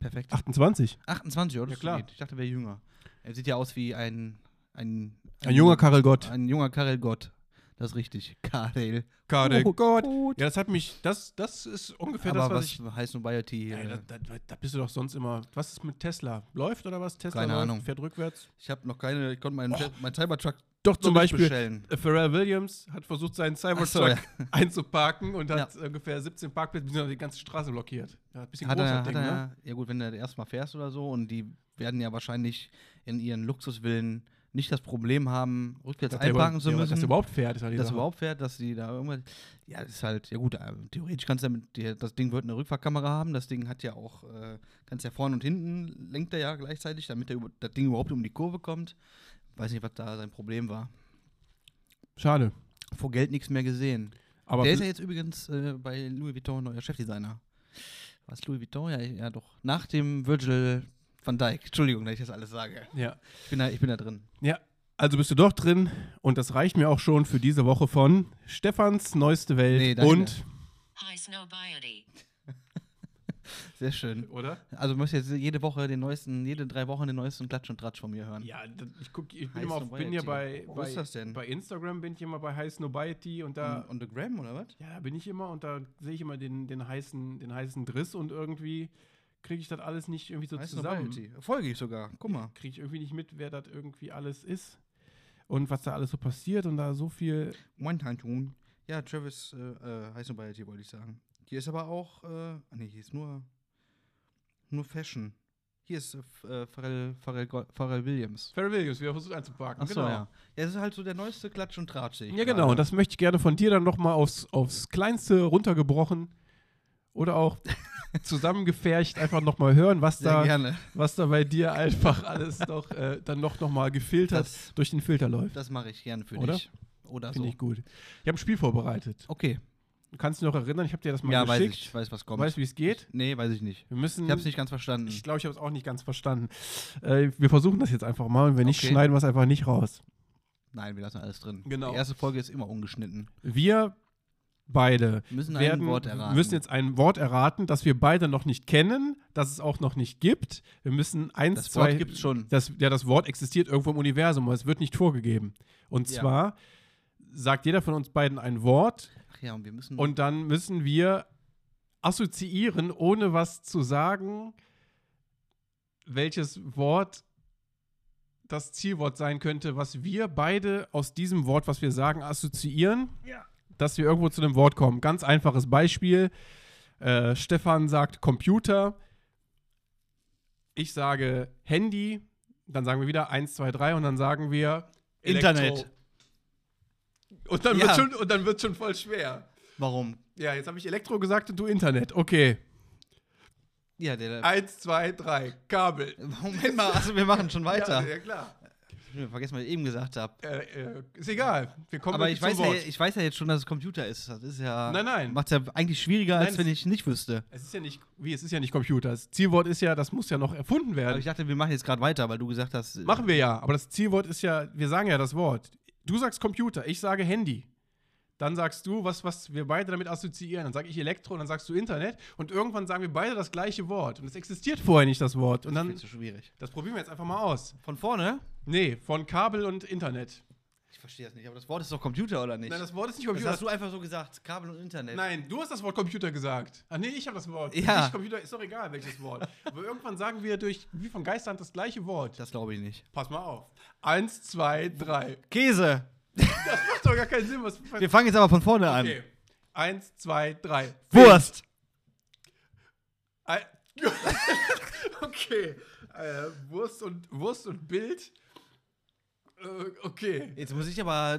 S1: Perfekt.
S2: 28.
S1: 28, oder?
S2: Ja,
S1: Das
S2: klar.
S1: geht. Ich dachte, er wäre jünger. Er sieht ja aus wie ein. Ein,
S2: Ein junger Karel Gott.
S1: Ein junger Karel Gott. Das ist richtig. Karel.
S2: Karel
S1: Oh
S2: Gott. Ja, das hat mich, das, das ist ungefähr
S1: Aber
S2: das, was,
S1: was,
S2: ich...
S1: heißt Nobiety?
S2: Ja,
S1: äh,
S2: da, da, da bist du doch sonst immer... Was ist mit Tesla? Läuft oder was? Tesla
S1: Keine
S2: läuft,
S1: Ahnung.
S2: fährt rückwärts?
S1: Ich habe noch keine. Ich konnte meinen oh. mein Cybertruck
S2: Doch,
S1: noch
S2: zum
S1: nicht
S2: Beispiel,
S1: bestellen.
S2: Äh, Pharrell Williams hat versucht, seinen Cybertruck
S1: Ach so, ja.
S2: einzuparken und hat ungefähr 17 Parkplätze, beziehungsweise die ganze Straße blockiert. Ja, ein bisschen
S1: Hat
S2: groß,
S1: er, hat
S2: das Ding, ne?
S1: er, ja gut, wenn du das erstmal fährst oder so und die werden ja wahrscheinlich in ihren Luxuswillen nicht das Problem haben, rückwärts
S2: Dass der
S1: einparken
S2: überhaupt-
S1: zu
S2: ja,
S1: müssen.
S2: Dass er überhaupt fährt, ist halt die
S1: dass
S2: Sache.
S1: überhaupt fährt, dass sie da irgendwas. Ja, das ist halt, ja gut, äh, theoretisch kannst du damit, die- das Ding wird eine Rückfahrkamera haben, das Ding hat ja auch, äh, kannst ja vorne und hinten lenkt er ja gleichzeitig, damit der, über- das Ding überhaupt um die Kurve kommt. Weiß nicht, was da sein Problem war.
S2: Schade.
S1: Vor Geld nichts mehr gesehen.
S2: Aber
S1: der ist ja
S2: vielleicht-
S1: jetzt übrigens äh, bei Louis Vuitton neuer Chefdesigner. Was Louis Vuitton? Ja, ja doch. Nach dem Virgil van Dijk. Entschuldigung, dass ich das alles sage.
S2: ja.
S1: Ich bin da, ich bin da drin.
S2: ja, also bist du doch drin und das reicht mir auch schon für diese Woche von Stefans neueste
S1: Nee,
S2: Welt
S1: deine.
S2: und...
S4: High Snobiety.
S1: Sehr schön.
S2: Oder?
S1: Also du möchtest jetzt jede Woche den neuesten, jede drei Wochen den neuesten Klatsch und Tratsch von mir hören.
S2: Ja, das- ich, guck, ich bin,
S1: Heiß
S2: immer auf, bin ja
S1: Nobiety.
S2: bei,
S1: Wo
S2: bei,
S1: ist das denn? Hm.
S2: bei Instagram bin ich immer bei Heiß Nobiety und da...
S1: Und, und Äh, The Gram oder was?
S2: Ja, da bin ich immer und da sehe ich immer den, den, heißen, den heißen Driss und irgendwie kriege ich das alles nicht irgendwie so
S1: Heißt
S2: zusammen.
S1: Nobiety. Folge ich sogar. Guck mal.
S2: Kriege ich irgendwie nicht mit, wer das irgendwie alles ist und was da alles so passiert und da so viel.
S1: One Time Tune. Ja, Travis äh, äh, heißt Nobiety, wollte ich sagen. Hier ist aber auch, äh, ah, nee, hier ist nur, nur Fashion. Hier ist äh, F- äh, Pharrell, Pharrell, Go- Pharrell Williams.
S2: Pharrell Williams, wir versucht einzuparken. genau,
S1: Ach so, ja. Ja, das ist halt so der neueste Klatsch und Tratsch, sehe ich
S2: Ja,
S1: gerade.
S2: genau. Und das möchte ich gerne von dir dann nochmal aufs, aufs Kleinste runtergebrochen oder auch zusammengefärcht einfach nochmal hören, was
S1: Sehr
S2: da,
S1: gerne.
S2: was da bei dir einfach alles noch, äh, dann noch, noch mal gefiltert
S1: Das,
S2: durch den Filter läuft.
S1: das mache ich gerne für
S2: Oder?
S1: dich. Oder
S2: Finde
S1: so.
S2: ich gut. Ich habe ein Spiel vorbereitet.
S1: Okay.
S2: Du kannst dich noch erinnern, ich habe dir das mal
S1: Ja, weiß
S2: geschickt.
S1: ich. Weiß, was
S2: Du
S1: kommt.
S2: weißt, wie es geht?
S1: nee, weiß ich nicht.
S2: Wir müssen.
S1: Ich hab's nicht ganz verstanden.
S2: Ich glaube, ich habe es auch nicht ganz verstanden. Äh, wir versuchen das jetzt einfach mal und wenn nicht,
S1: Okay.
S2: schneiden wir es einfach nicht raus.
S1: Nein, wir lassen alles drin.
S2: Genau.
S1: Die erste Folge ist immer ungeschnitten.
S2: Wir beide
S1: Müssen
S2: werden,
S1: ein Wort erraten.
S2: müssen jetzt ein Wort erraten, das wir beide noch nicht kennen, das es auch noch nicht gibt. Wir müssen eins,
S1: Das
S2: zwei.
S1: Wort gibt's schon.
S2: Das, ja, das Wort existiert irgendwo im Universum, aber es wird nicht vorgegeben. Und
S1: Ja.
S2: zwar sagt jeder von uns beiden ein Wort
S1: Ach ja, und wir müssen.
S2: Und dann müssen wir assoziieren, ohne was zu sagen, welches Wort das Zielwort sein könnte, was wir beide aus diesem Wort, was wir sagen, assoziieren, dass wir irgendwo zu einem Wort kommen. Ganz einfaches Beispiel. Äh, Stefan sagt Computer. Ich sage Handy, dann sagen wir wieder 1, 2, 3 und dann sagen wir
S1: Internet.
S2: Elektro. Und dann
S1: Ja.
S2: wird schon und dann wird schon voll schwer.
S1: Warum?
S2: Ja, jetzt habe ich Elektro gesagt und du Internet. Okay.
S1: Ja, der.
S2: 1, 2, 3, Kabel.
S1: Moment mal, also wir machen schon weiter.
S2: Ja, ja klar.
S1: Ich hab vergessen, was ich eben gesagt habe.
S2: Äh, äh, ist egal. Wir kommen
S1: Aber
S2: wirklich
S1: ich weiß,
S2: zum
S1: ja,
S2: Wort.
S1: ich weiß ja jetzt schon, dass es Computer ist. Das ist ja.
S2: Nein, nein.
S1: Macht es ja eigentlich schwieriger, als
S2: Nein,
S1: wenn
S2: es-
S1: ich nicht wüsste.
S2: es ist ja nicht, wie, es ist ja nicht Computer. Das Zielwort ist ja, das muss ja noch erfunden
S1: Aber
S2: werden.
S1: ich dachte, wir machen jetzt gerade weiter, weil du gesagt hast. äh,
S2: Machen wir ja, aber das Zielwort ist ja, wir sagen ja das Wort. Du sagst Computer, ich sage Handy. Dann sagst du, was, was wir beide damit assoziieren. Dann sage ich Elektro und dann sagst du Internet. Und irgendwann sagen wir beide das gleiche Wort. Und es existiert vorher nicht das Wort. Und
S1: Das
S2: dann,
S1: findest du schwierig.
S2: das probieren wir jetzt einfach mal aus.
S1: Von vorne?
S2: Nee, von Kabel und Internet.
S1: Ich verstehe das nicht, aber das Wort ist doch Computer, oder nicht?
S2: Nein, das Wort ist nicht
S1: Das
S2: Computer.
S1: hast du einfach so gesagt. Kabel und Internet.
S2: Nein, du hast das Wort Computer gesagt. Ah, nee, ich habe das Wort.
S1: Ja.
S2: Ich Computer, ist doch egal, welches Wort. Aber irgendwann sagen wir durch, wie von Geisterhand, das gleiche Wort.
S1: Das glaube ich nicht.
S2: Pass mal auf. Eins, zwei, drei.
S1: Käse!
S2: Das macht doch gar keinen Sinn. Was,
S1: Wir fangen jetzt aber von vorne
S2: Okay.
S1: an.
S2: Eins, zwei, drei.
S1: Wurst!
S2: Ein- okay. Äh, Wurst, und, Wurst und Bild. Äh, okay.
S1: Jetzt muss ich aber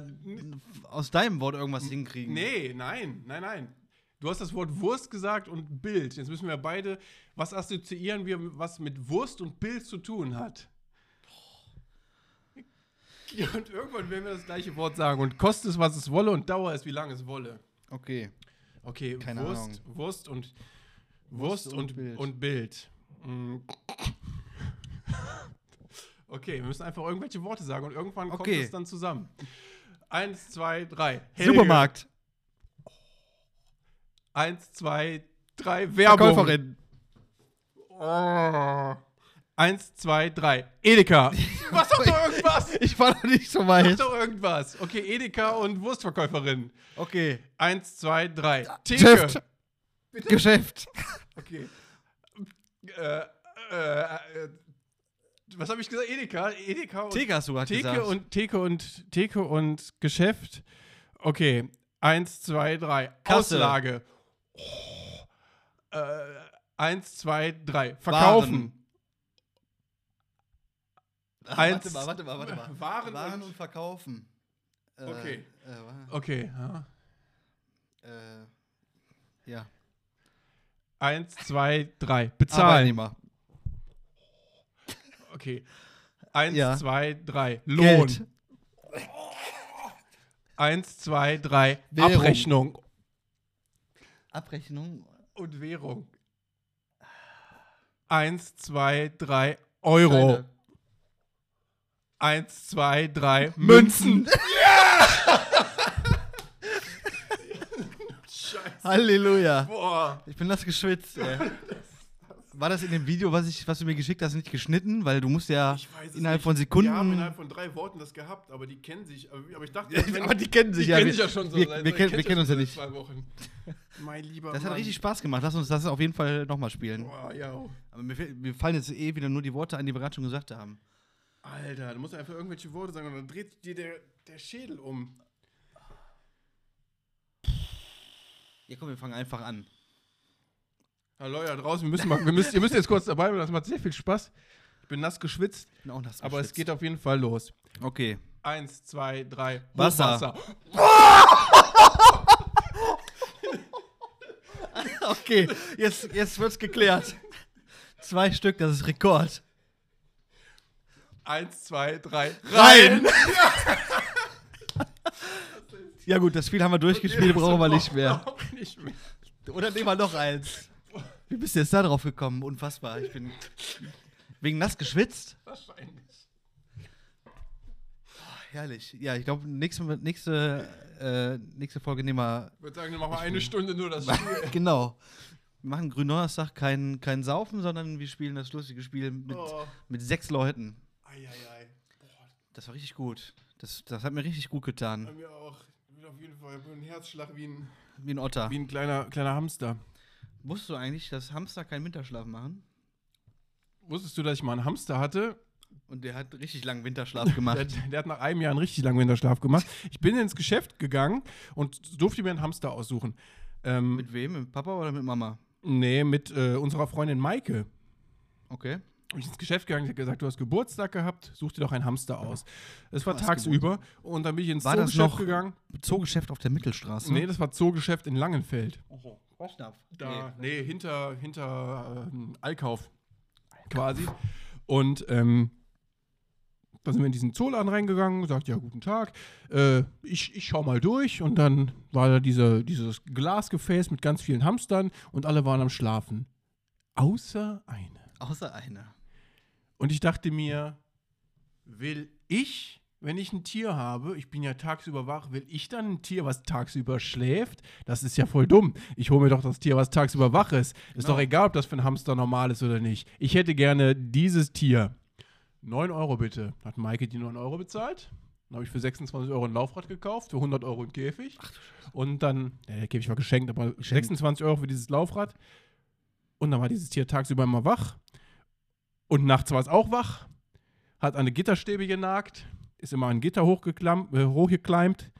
S1: aus deinem Wort irgendwas hinkriegen.
S2: Nee, nein, nein, nein. Du hast das Wort Wurst gesagt und Bild. Jetzt müssen wir beide, was assoziieren wir, was mit Wurst und Bild zu tun hat?
S1: Oh.
S2: Und irgendwann werden wir das gleiche Wort sagen. Und kostet es, was es wolle, und Dauer ist, wie lange es wolle.
S1: Okay.
S2: Okay,
S1: Keine
S2: Wurst,
S1: Ahnung.
S2: Wurst und Wurst,
S1: Wurst und
S2: und, und Bild.
S1: Bild.
S2: Mm. okay, wir müssen einfach irgendwelche Worte sagen und irgendwann kommt
S1: Okay.
S2: es dann zusammen. Eins, zwei, drei. Helge.
S1: Supermarkt.
S2: Eins, zwei, drei. Werbung. Oh. Eins, zwei, drei. Edeka. Was doch doch irgendwas?
S1: Ich war noch nicht so
S2: Mach
S1: weit.
S2: doch irgendwas. Okay, Edeka und Wurstverkäuferin.
S1: Okay.
S2: Eins, zwei, drei. Theke.
S1: Geschäft. Geschäft.
S2: Okay. Äh, äh, äh, was habe ich gesagt? Edeka? Edeka und
S1: Theke hast du gerade
S2: Theke
S1: gesagt.
S2: und Theke und Theke und Geschäft. Okay. Eins, zwei, drei.
S1: Kasse.
S2: Auslage. Oh. Äh, eins, zwei, drei. Verkaufen.
S1: Ah,
S2: eins-
S1: warte mal, warte mal, warte mal.
S2: Waren und-
S1: verkaufen. Äh,
S2: Okay.
S1: äh, wa-
S2: Okay. Ja.
S1: äh, ja.
S2: Eins, zwei, drei. Bezahlen.
S1: Arbeitnehmer.
S2: Okay. Eins,
S1: Ja.
S2: zwei, drei. Lohn.
S1: Geld.
S2: Eins, zwei, drei.
S1: Währung.
S2: Abrechnung.
S1: Abrechnung.
S2: und Währung. Eins, zwei, drei Euro.
S1: Scheine.
S2: Eins, zwei, drei Münzen. Scheiße.
S1: Halleluja.
S2: Boah.
S1: Ich bin nass geschwitzt. Ey. War das in dem Video, was, ich, was du mir geschickt hast, nicht geschnitten? Weil du musst ja
S2: Ich weiß es
S1: innerhalb
S2: nicht.
S1: von Sekunden.
S2: Wir haben innerhalb von drei Worten das gehabt, aber die kennen sich. Aber aber ich dachte, wenn-
S1: kennen
S2: die kennen sich ja schon so.
S1: Wir,
S2: seit-
S1: wir,
S2: seit-
S1: kennen- wir
S2: kennt
S1: kennen uns ja
S2: seit
S1: nicht.
S2: Zwei Wochen. Mein lieber
S1: Das
S2: Mann.
S1: hat richtig Spaß gemacht. Lass uns das auf jeden Fall nochmal spielen.
S2: Boah, ja.
S1: Aber mir, fe- mir fallen jetzt eh wieder nur die Worte ein, die wir gerade schon gesagt haben.
S2: Alter, du musst einfach irgendwelche Worte sagen und dann dreht dir der, der Schädel um.
S1: Ja, komm, wir fangen einfach an.
S2: Hallo, ja, draußen, wir müssen mal, wir müssen, ihr müsst jetzt kurz dabei sein, das macht sehr viel Spaß. Ich bin nass geschwitzt,
S1: Ich bin auch nass
S2: aber es
S1: geschwitzt.
S2: geht auf jeden Fall los.
S1: Okay.
S2: Eins, zwei, drei.
S1: Wasser.
S2: Hochwasser.
S1: Okay, jetzt, jetzt wird's geklärt. Zwei Stück, das ist Rekord.
S2: Eins, zwei, drei.
S1: Rein! ja, gut, das Spiel haben wir durchgespielt, brauchen wir nicht mehr.
S2: Brauchen wir nicht mehr.
S1: Oder nehmen wir noch eins. Wie bist du jetzt da drauf gekommen? Unfassbar. Ich bin wegen nass geschwitzt.
S2: Wahrscheinlich.
S1: Herrlich. Ja, ich glaube, nächste, nächste, äh, nächste Folge nehmen wir.
S2: Ich würde sagen, dann machen wir eine Stunde nur das Spiel.
S1: genau. Wir machen Gründonnerstag kein, kein Saufen, sondern wir spielen das lustige Spiel mit,
S2: Oh.
S1: mit sechs Leuten.
S2: Eieiei. Boah,
S1: Das war richtig gut. Das, das hat mir richtig gut
S2: bei
S1: getan.
S2: mir auch. Ich bin auf jeden Fall ich bin ein Herzschlag wie ein,
S1: Wie ein Otter.
S2: wie ein kleiner, kleiner Hamster.
S1: Wusstest du eigentlich, dass Hamster keinen Winterschlaf machen?
S2: Wusstest du, dass ich mal einen Hamster hatte?
S1: Und der hat richtig langen Winterschlaf gemacht.
S2: Der, der hat nach einem Jahr einen richtig langen Winterschlaf gemacht. Ich bin ins Geschäft gegangen und durfte mir einen Hamster aussuchen. Ähm,
S1: mit wem? Mit Papa oder mit Mama?
S2: nee, mit äh, unserer Freundin Maike.
S1: Okay.
S2: bin ich ins Geschäft gegangen, die hat gesagt, du hast Geburtstag gehabt, such dir doch einen Hamster aus. Es war
S1: Was
S2: tagsüber und dann bin ich ins
S1: War das
S2: Zoogeschäft
S1: noch-
S2: gegangen.
S1: Zoogeschäft auf der Mittelstraße.
S2: Nee, das war Zoogeschäft in Langenfeld. Da,
S1: Da.
S2: nee, hinter, hinter ähm, Allkauf quasi. Und ähm, dann sind wir in diesen Zooladen reingegangen, gesagt, ja, guten Tag, äh, ich, ich schau mal durch. Und dann war da diese, dieses Glasgefäß mit ganz vielen Hamstern und alle waren am Schlafen. Außer eine.
S1: Außer einer.
S2: Und ich dachte mir, will ich, wenn ich ein Tier habe, ich bin ja tagsüber wach, will ich dann ein Tier, was tagsüber schläft? Das ist ja voll dumm. Ich hole mir doch das Tier, was tagsüber wach ist. Ist doch egal, ob das für einen Hamster normal ist oder nicht. Ich hätte gerne dieses Tier. 9 Euro bitte. Hat Maike die 9 Euro bezahlt? Dann habe ich für 26 Euro ein Laufrad gekauft, für 100 Euro einen Käfig. und dann, ja, der Käfig war geschenkt, aber 26 Euro für dieses Laufrad. Und dann war dieses Tier tagsüber immer wach. Und nachts war es auch wach. Hat an eine Gitterstäbe genagt. Ist immer an ein Gitter hochgeklam- äh, hochgekleimt.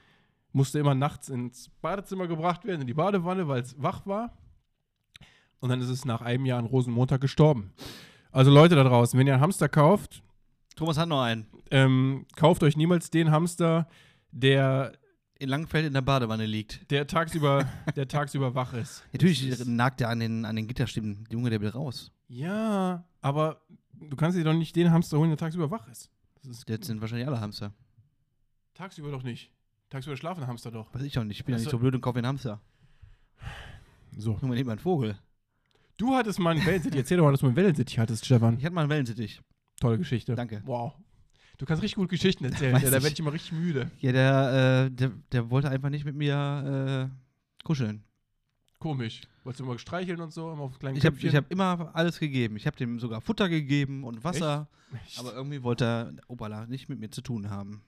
S2: Musste immer nachts ins Badezimmer gebracht werden, in die Badewanne, weil es wach war. Und dann ist es nach einem Jahr an Rosenmontag gestorben. Also Leute da draußen, wenn ihr einen Hamster kauft,
S1: Thomas hat noch einen.
S2: ähm, kauft euch niemals den Hamster, der,
S1: In Langenfeld in der Badewanne liegt.
S2: der, tagsüber, der tagsüber wach ist.
S1: Natürlich nagt er an den, an den Gitterstimmen. Der Junge, der will raus.
S2: Ja, aber du kannst dir doch nicht den Hamster holen, der tagsüber wach ist. Das ist
S1: Jetzt sind wahrscheinlich alle Hamster.
S2: tagsüber doch nicht. Tagsüber schlafen Hamster doch.
S1: Weiß ich doch nicht. Ich bin ja
S2: Also-
S1: nicht so blöd und kaufe den Hamster.
S2: So.
S1: Nur mal eben einen Vogel.
S2: Du hattest mal einen Wellensittich. Erzähl doch mal, dass du einen Wellensittich hattest, Stefan.
S1: Ich hatte mal einen Wellensittich.
S2: Tolle Geschichte.
S1: Danke.
S2: Wow. Du kannst richtig gut Geschichten erzählen.
S1: Weiß
S2: Ja, da
S1: ich.
S2: werde ich immer richtig müde.
S1: Ja, der, äh, der, der wollte einfach nicht mit mir äh, kuscheln.
S2: Komisch. Wolltest du immer streicheln und so, immer auf kleinen
S1: Ich habe
S2: Köpfchen?
S1: ich hab immer alles gegeben. Ich habe dem sogar Futter gegeben und Wasser. Aber irgendwie wollte er, Opala, nicht mit mir zu tun haben.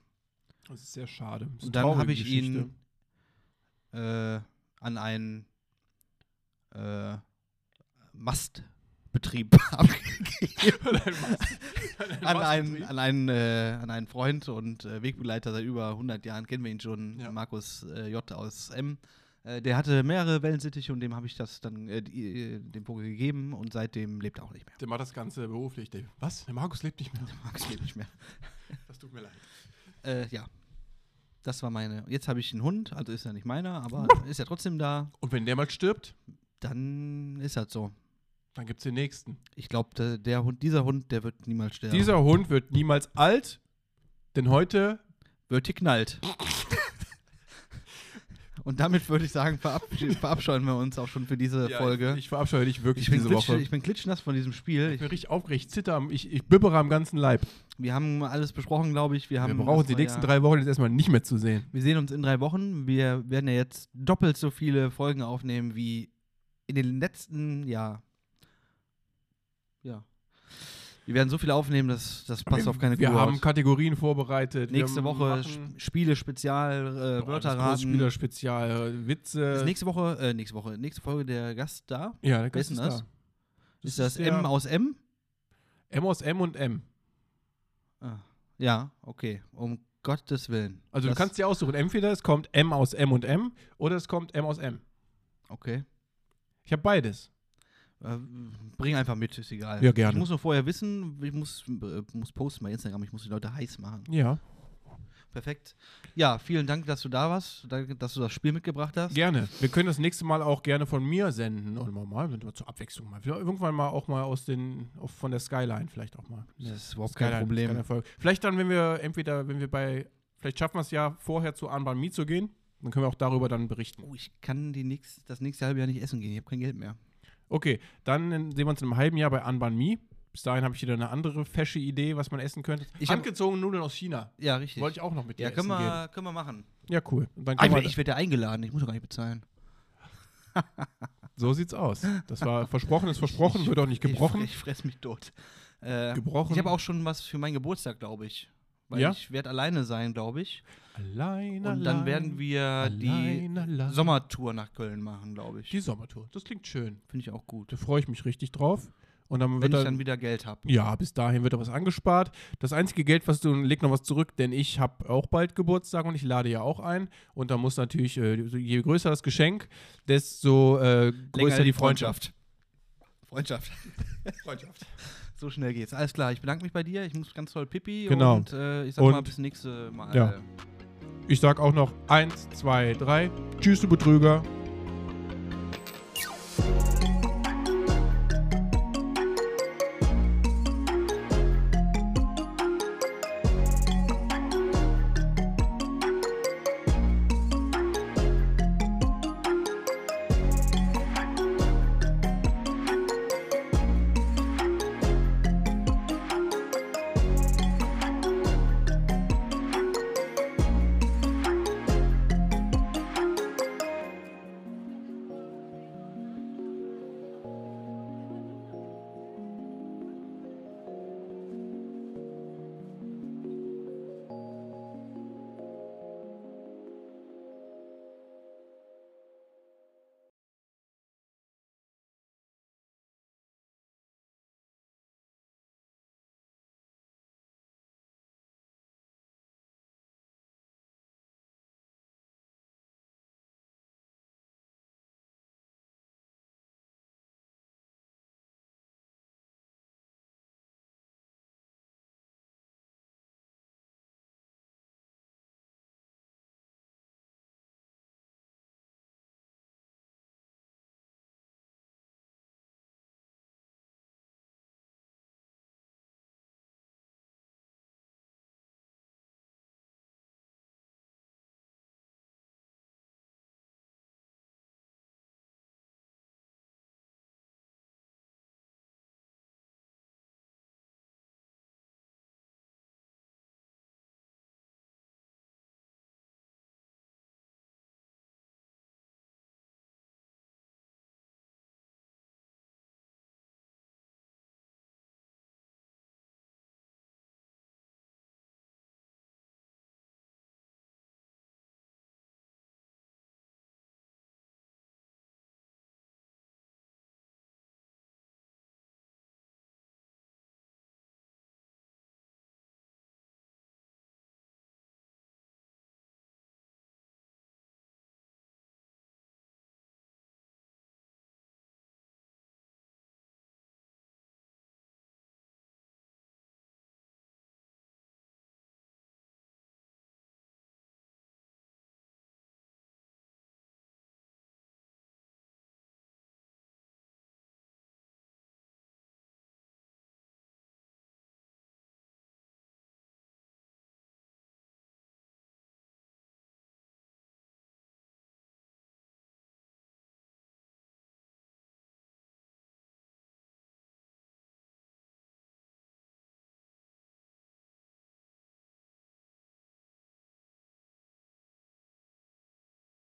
S2: das ist sehr schade. Das
S1: Und
S2: ist eine
S1: dann habe
S2: traurige
S1: ich
S2: Geschichte.
S1: ihn äh, an einen äh, Mastbetrieb abgegeben. an, einen, an, einen, äh, an einen Freund und äh, Wegbegleiter seit über 100 Jahren, kennen wir ihn schon,
S2: Ja.
S1: Markus äh, J. aus M. Äh, der hatte mehrere Wellensittiche und dem habe ich das dann äh, die, äh, dem Vogel gegeben und seitdem lebt er auch nicht mehr.
S2: Der macht das Ganze beruflich. Der, was? Der Markus lebt nicht mehr.
S1: Markus lebt nicht mehr.
S2: Das tut mir leid.
S1: Äh, ja. Das war meine. Jetzt habe ich einen Hund, also ist er nicht meiner, aber ist er trotzdem da,
S2: Und wenn der mal stirbt,
S1: dann ist das so.
S2: dann gibt es den nächsten.
S1: Ich glaube, der, der Hund, dieser Hund, der wird niemals sterben.
S2: Dieser Hund wird niemals alt, denn heute
S1: wird geknallt. Und damit würde ich sagen, verabschieden- verabscheuen wir uns auch schon für diese Folge.
S2: Ich, ich verabscheue dich wirklich
S1: Ich bin,
S2: diese
S1: glitsch,
S2: Woche.
S1: ich bin klitschnass von diesem Spiel.
S2: Ich
S1: Ich,
S2: bin richtig aufgeregt, ich zitter, am- ich, ich bibbere am ganzen Leib.
S1: wir haben alles besprochen, glaube ich. Wir, haben,
S2: wir brauchen
S1: das
S2: die
S1: war
S2: nächsten
S1: ja,
S2: drei Wochen jetzt erstmal nicht mehr zu sehen.
S1: Wir sehen uns in drei Wochen. Wir werden ja jetzt doppelt so viele Folgen aufnehmen wie in den letzten Jahr. Ja. Wir werden so viele aufnehmen, dass das passt auf keine
S2: Wir
S1: Kuh
S2: haben
S1: aus.
S2: Kategorien vorbereitet.
S1: Nächste
S2: wir
S1: Woche
S2: machen-
S1: Sp- Spiele spezial, äh,
S2: Boah, das
S1: Wörter raten.
S2: Spieler Spezial,
S1: Ist
S2: Witze.
S1: nächste Woche, äh, nächste Woche, nächste Folge der Gast da.
S2: ja, der Gast
S1: Wer ist denn das?
S2: da.
S1: Ist das
S2: der
S1: M aus M?
S2: M aus M und M.
S1: Ah, ja, okay. Um Gottes Willen.
S2: Also
S1: das,
S2: du kannst dir aussuchen, entweder es kommt M aus M und M oder es kommt M aus M.
S1: Okay.
S2: Ich habe beides.
S1: Äh, Bring einfach mit, ist egal.
S2: Ja, gerne.
S1: Ich muss nur vorher wissen, ich muss, äh, muss posten bei Instagram, ich muss die Leute heiß machen.
S2: Ja.
S1: Perfekt. Ja, vielen Dank, dass du da warst, danke, dass du das Spiel mitgebracht hast.
S2: Gerne. Wir können das nächste Mal auch gerne von mir senden. Oder mal, mal, wenn wir zur Abwechslung mal. Vielleicht Irgendwann mal auch mal aus den, auf, von der Skyline vielleicht auch mal.
S1: Das ist überhaupt kein
S2: Skyline-
S1: Problem.
S2: Skyline-Folge. Vielleicht dann, wenn wir entweder, wenn wir bei, vielleicht schaffen wir es ja, vorher zu Anbahn Mi zu gehen. Dann können wir auch darüber dann berichten.
S1: Oh, ich kann die nächst, das nächste halbe Jahr nicht essen gehen, ich habe kein Geld mehr.
S2: Okay, dann sehen wir uns in einem halben Jahr bei Anbahn Mi. Bis dahin habe ich wieder eine andere fesche Idee, was man essen könnte.
S1: Ich hab-
S2: Handgezogene Nudeln aus China.
S1: Ja, richtig.
S2: Wollte ich auch noch mit dir
S1: ja,
S2: essen
S1: können
S2: gehen.
S1: wir, können wir machen.
S2: Ja, cool. Und dann
S1: Ich,
S2: können wir-
S1: ich werde ja eingeladen, ich muss doch gar nicht bezahlen.
S2: so sieht's aus. Das war versprochen, ist versprochen, wird auch nicht gebrochen.
S1: Ich, ich fress mich tot. Äh,
S2: Gebrochen.
S1: Ich habe auch schon was für meinen Geburtstag, glaube ich. Weil
S2: Ja?
S1: ich werde alleine sein, glaube ich.
S2: allein,
S1: Und dann werden wir die
S2: Allein, allein.
S1: Sommertour nach Köln machen, glaube ich.
S2: Die Sommertour. Das klingt schön.
S1: Finde ich auch gut.
S2: Da freue ich mich richtig drauf. Und dann
S1: Wenn
S2: wird
S1: ich
S2: dann,
S1: dann wieder Geld habe.
S2: ja, bis dahin wird da was angespart. Das einzige Geld, was du leg noch was zurück, denn ich habe auch bald Geburtstag und ich lade ja auch ein. Und da muss natürlich, äh, je größer das Geschenk, desto äh, größer die Freundschaft.
S1: Freundschaft. Freundschaft.
S2: Freundschaft.
S1: So schnell geht's. Alles klar, ich bedanke mich bei dir. Ich muss ganz toll Pipi
S2: Genau.
S1: und äh, ich sag
S2: Und-
S1: mal bis nächste Mal.
S2: Ja. Ich sag auch noch eins, zwei, drei. Tschüss, du Betrüger.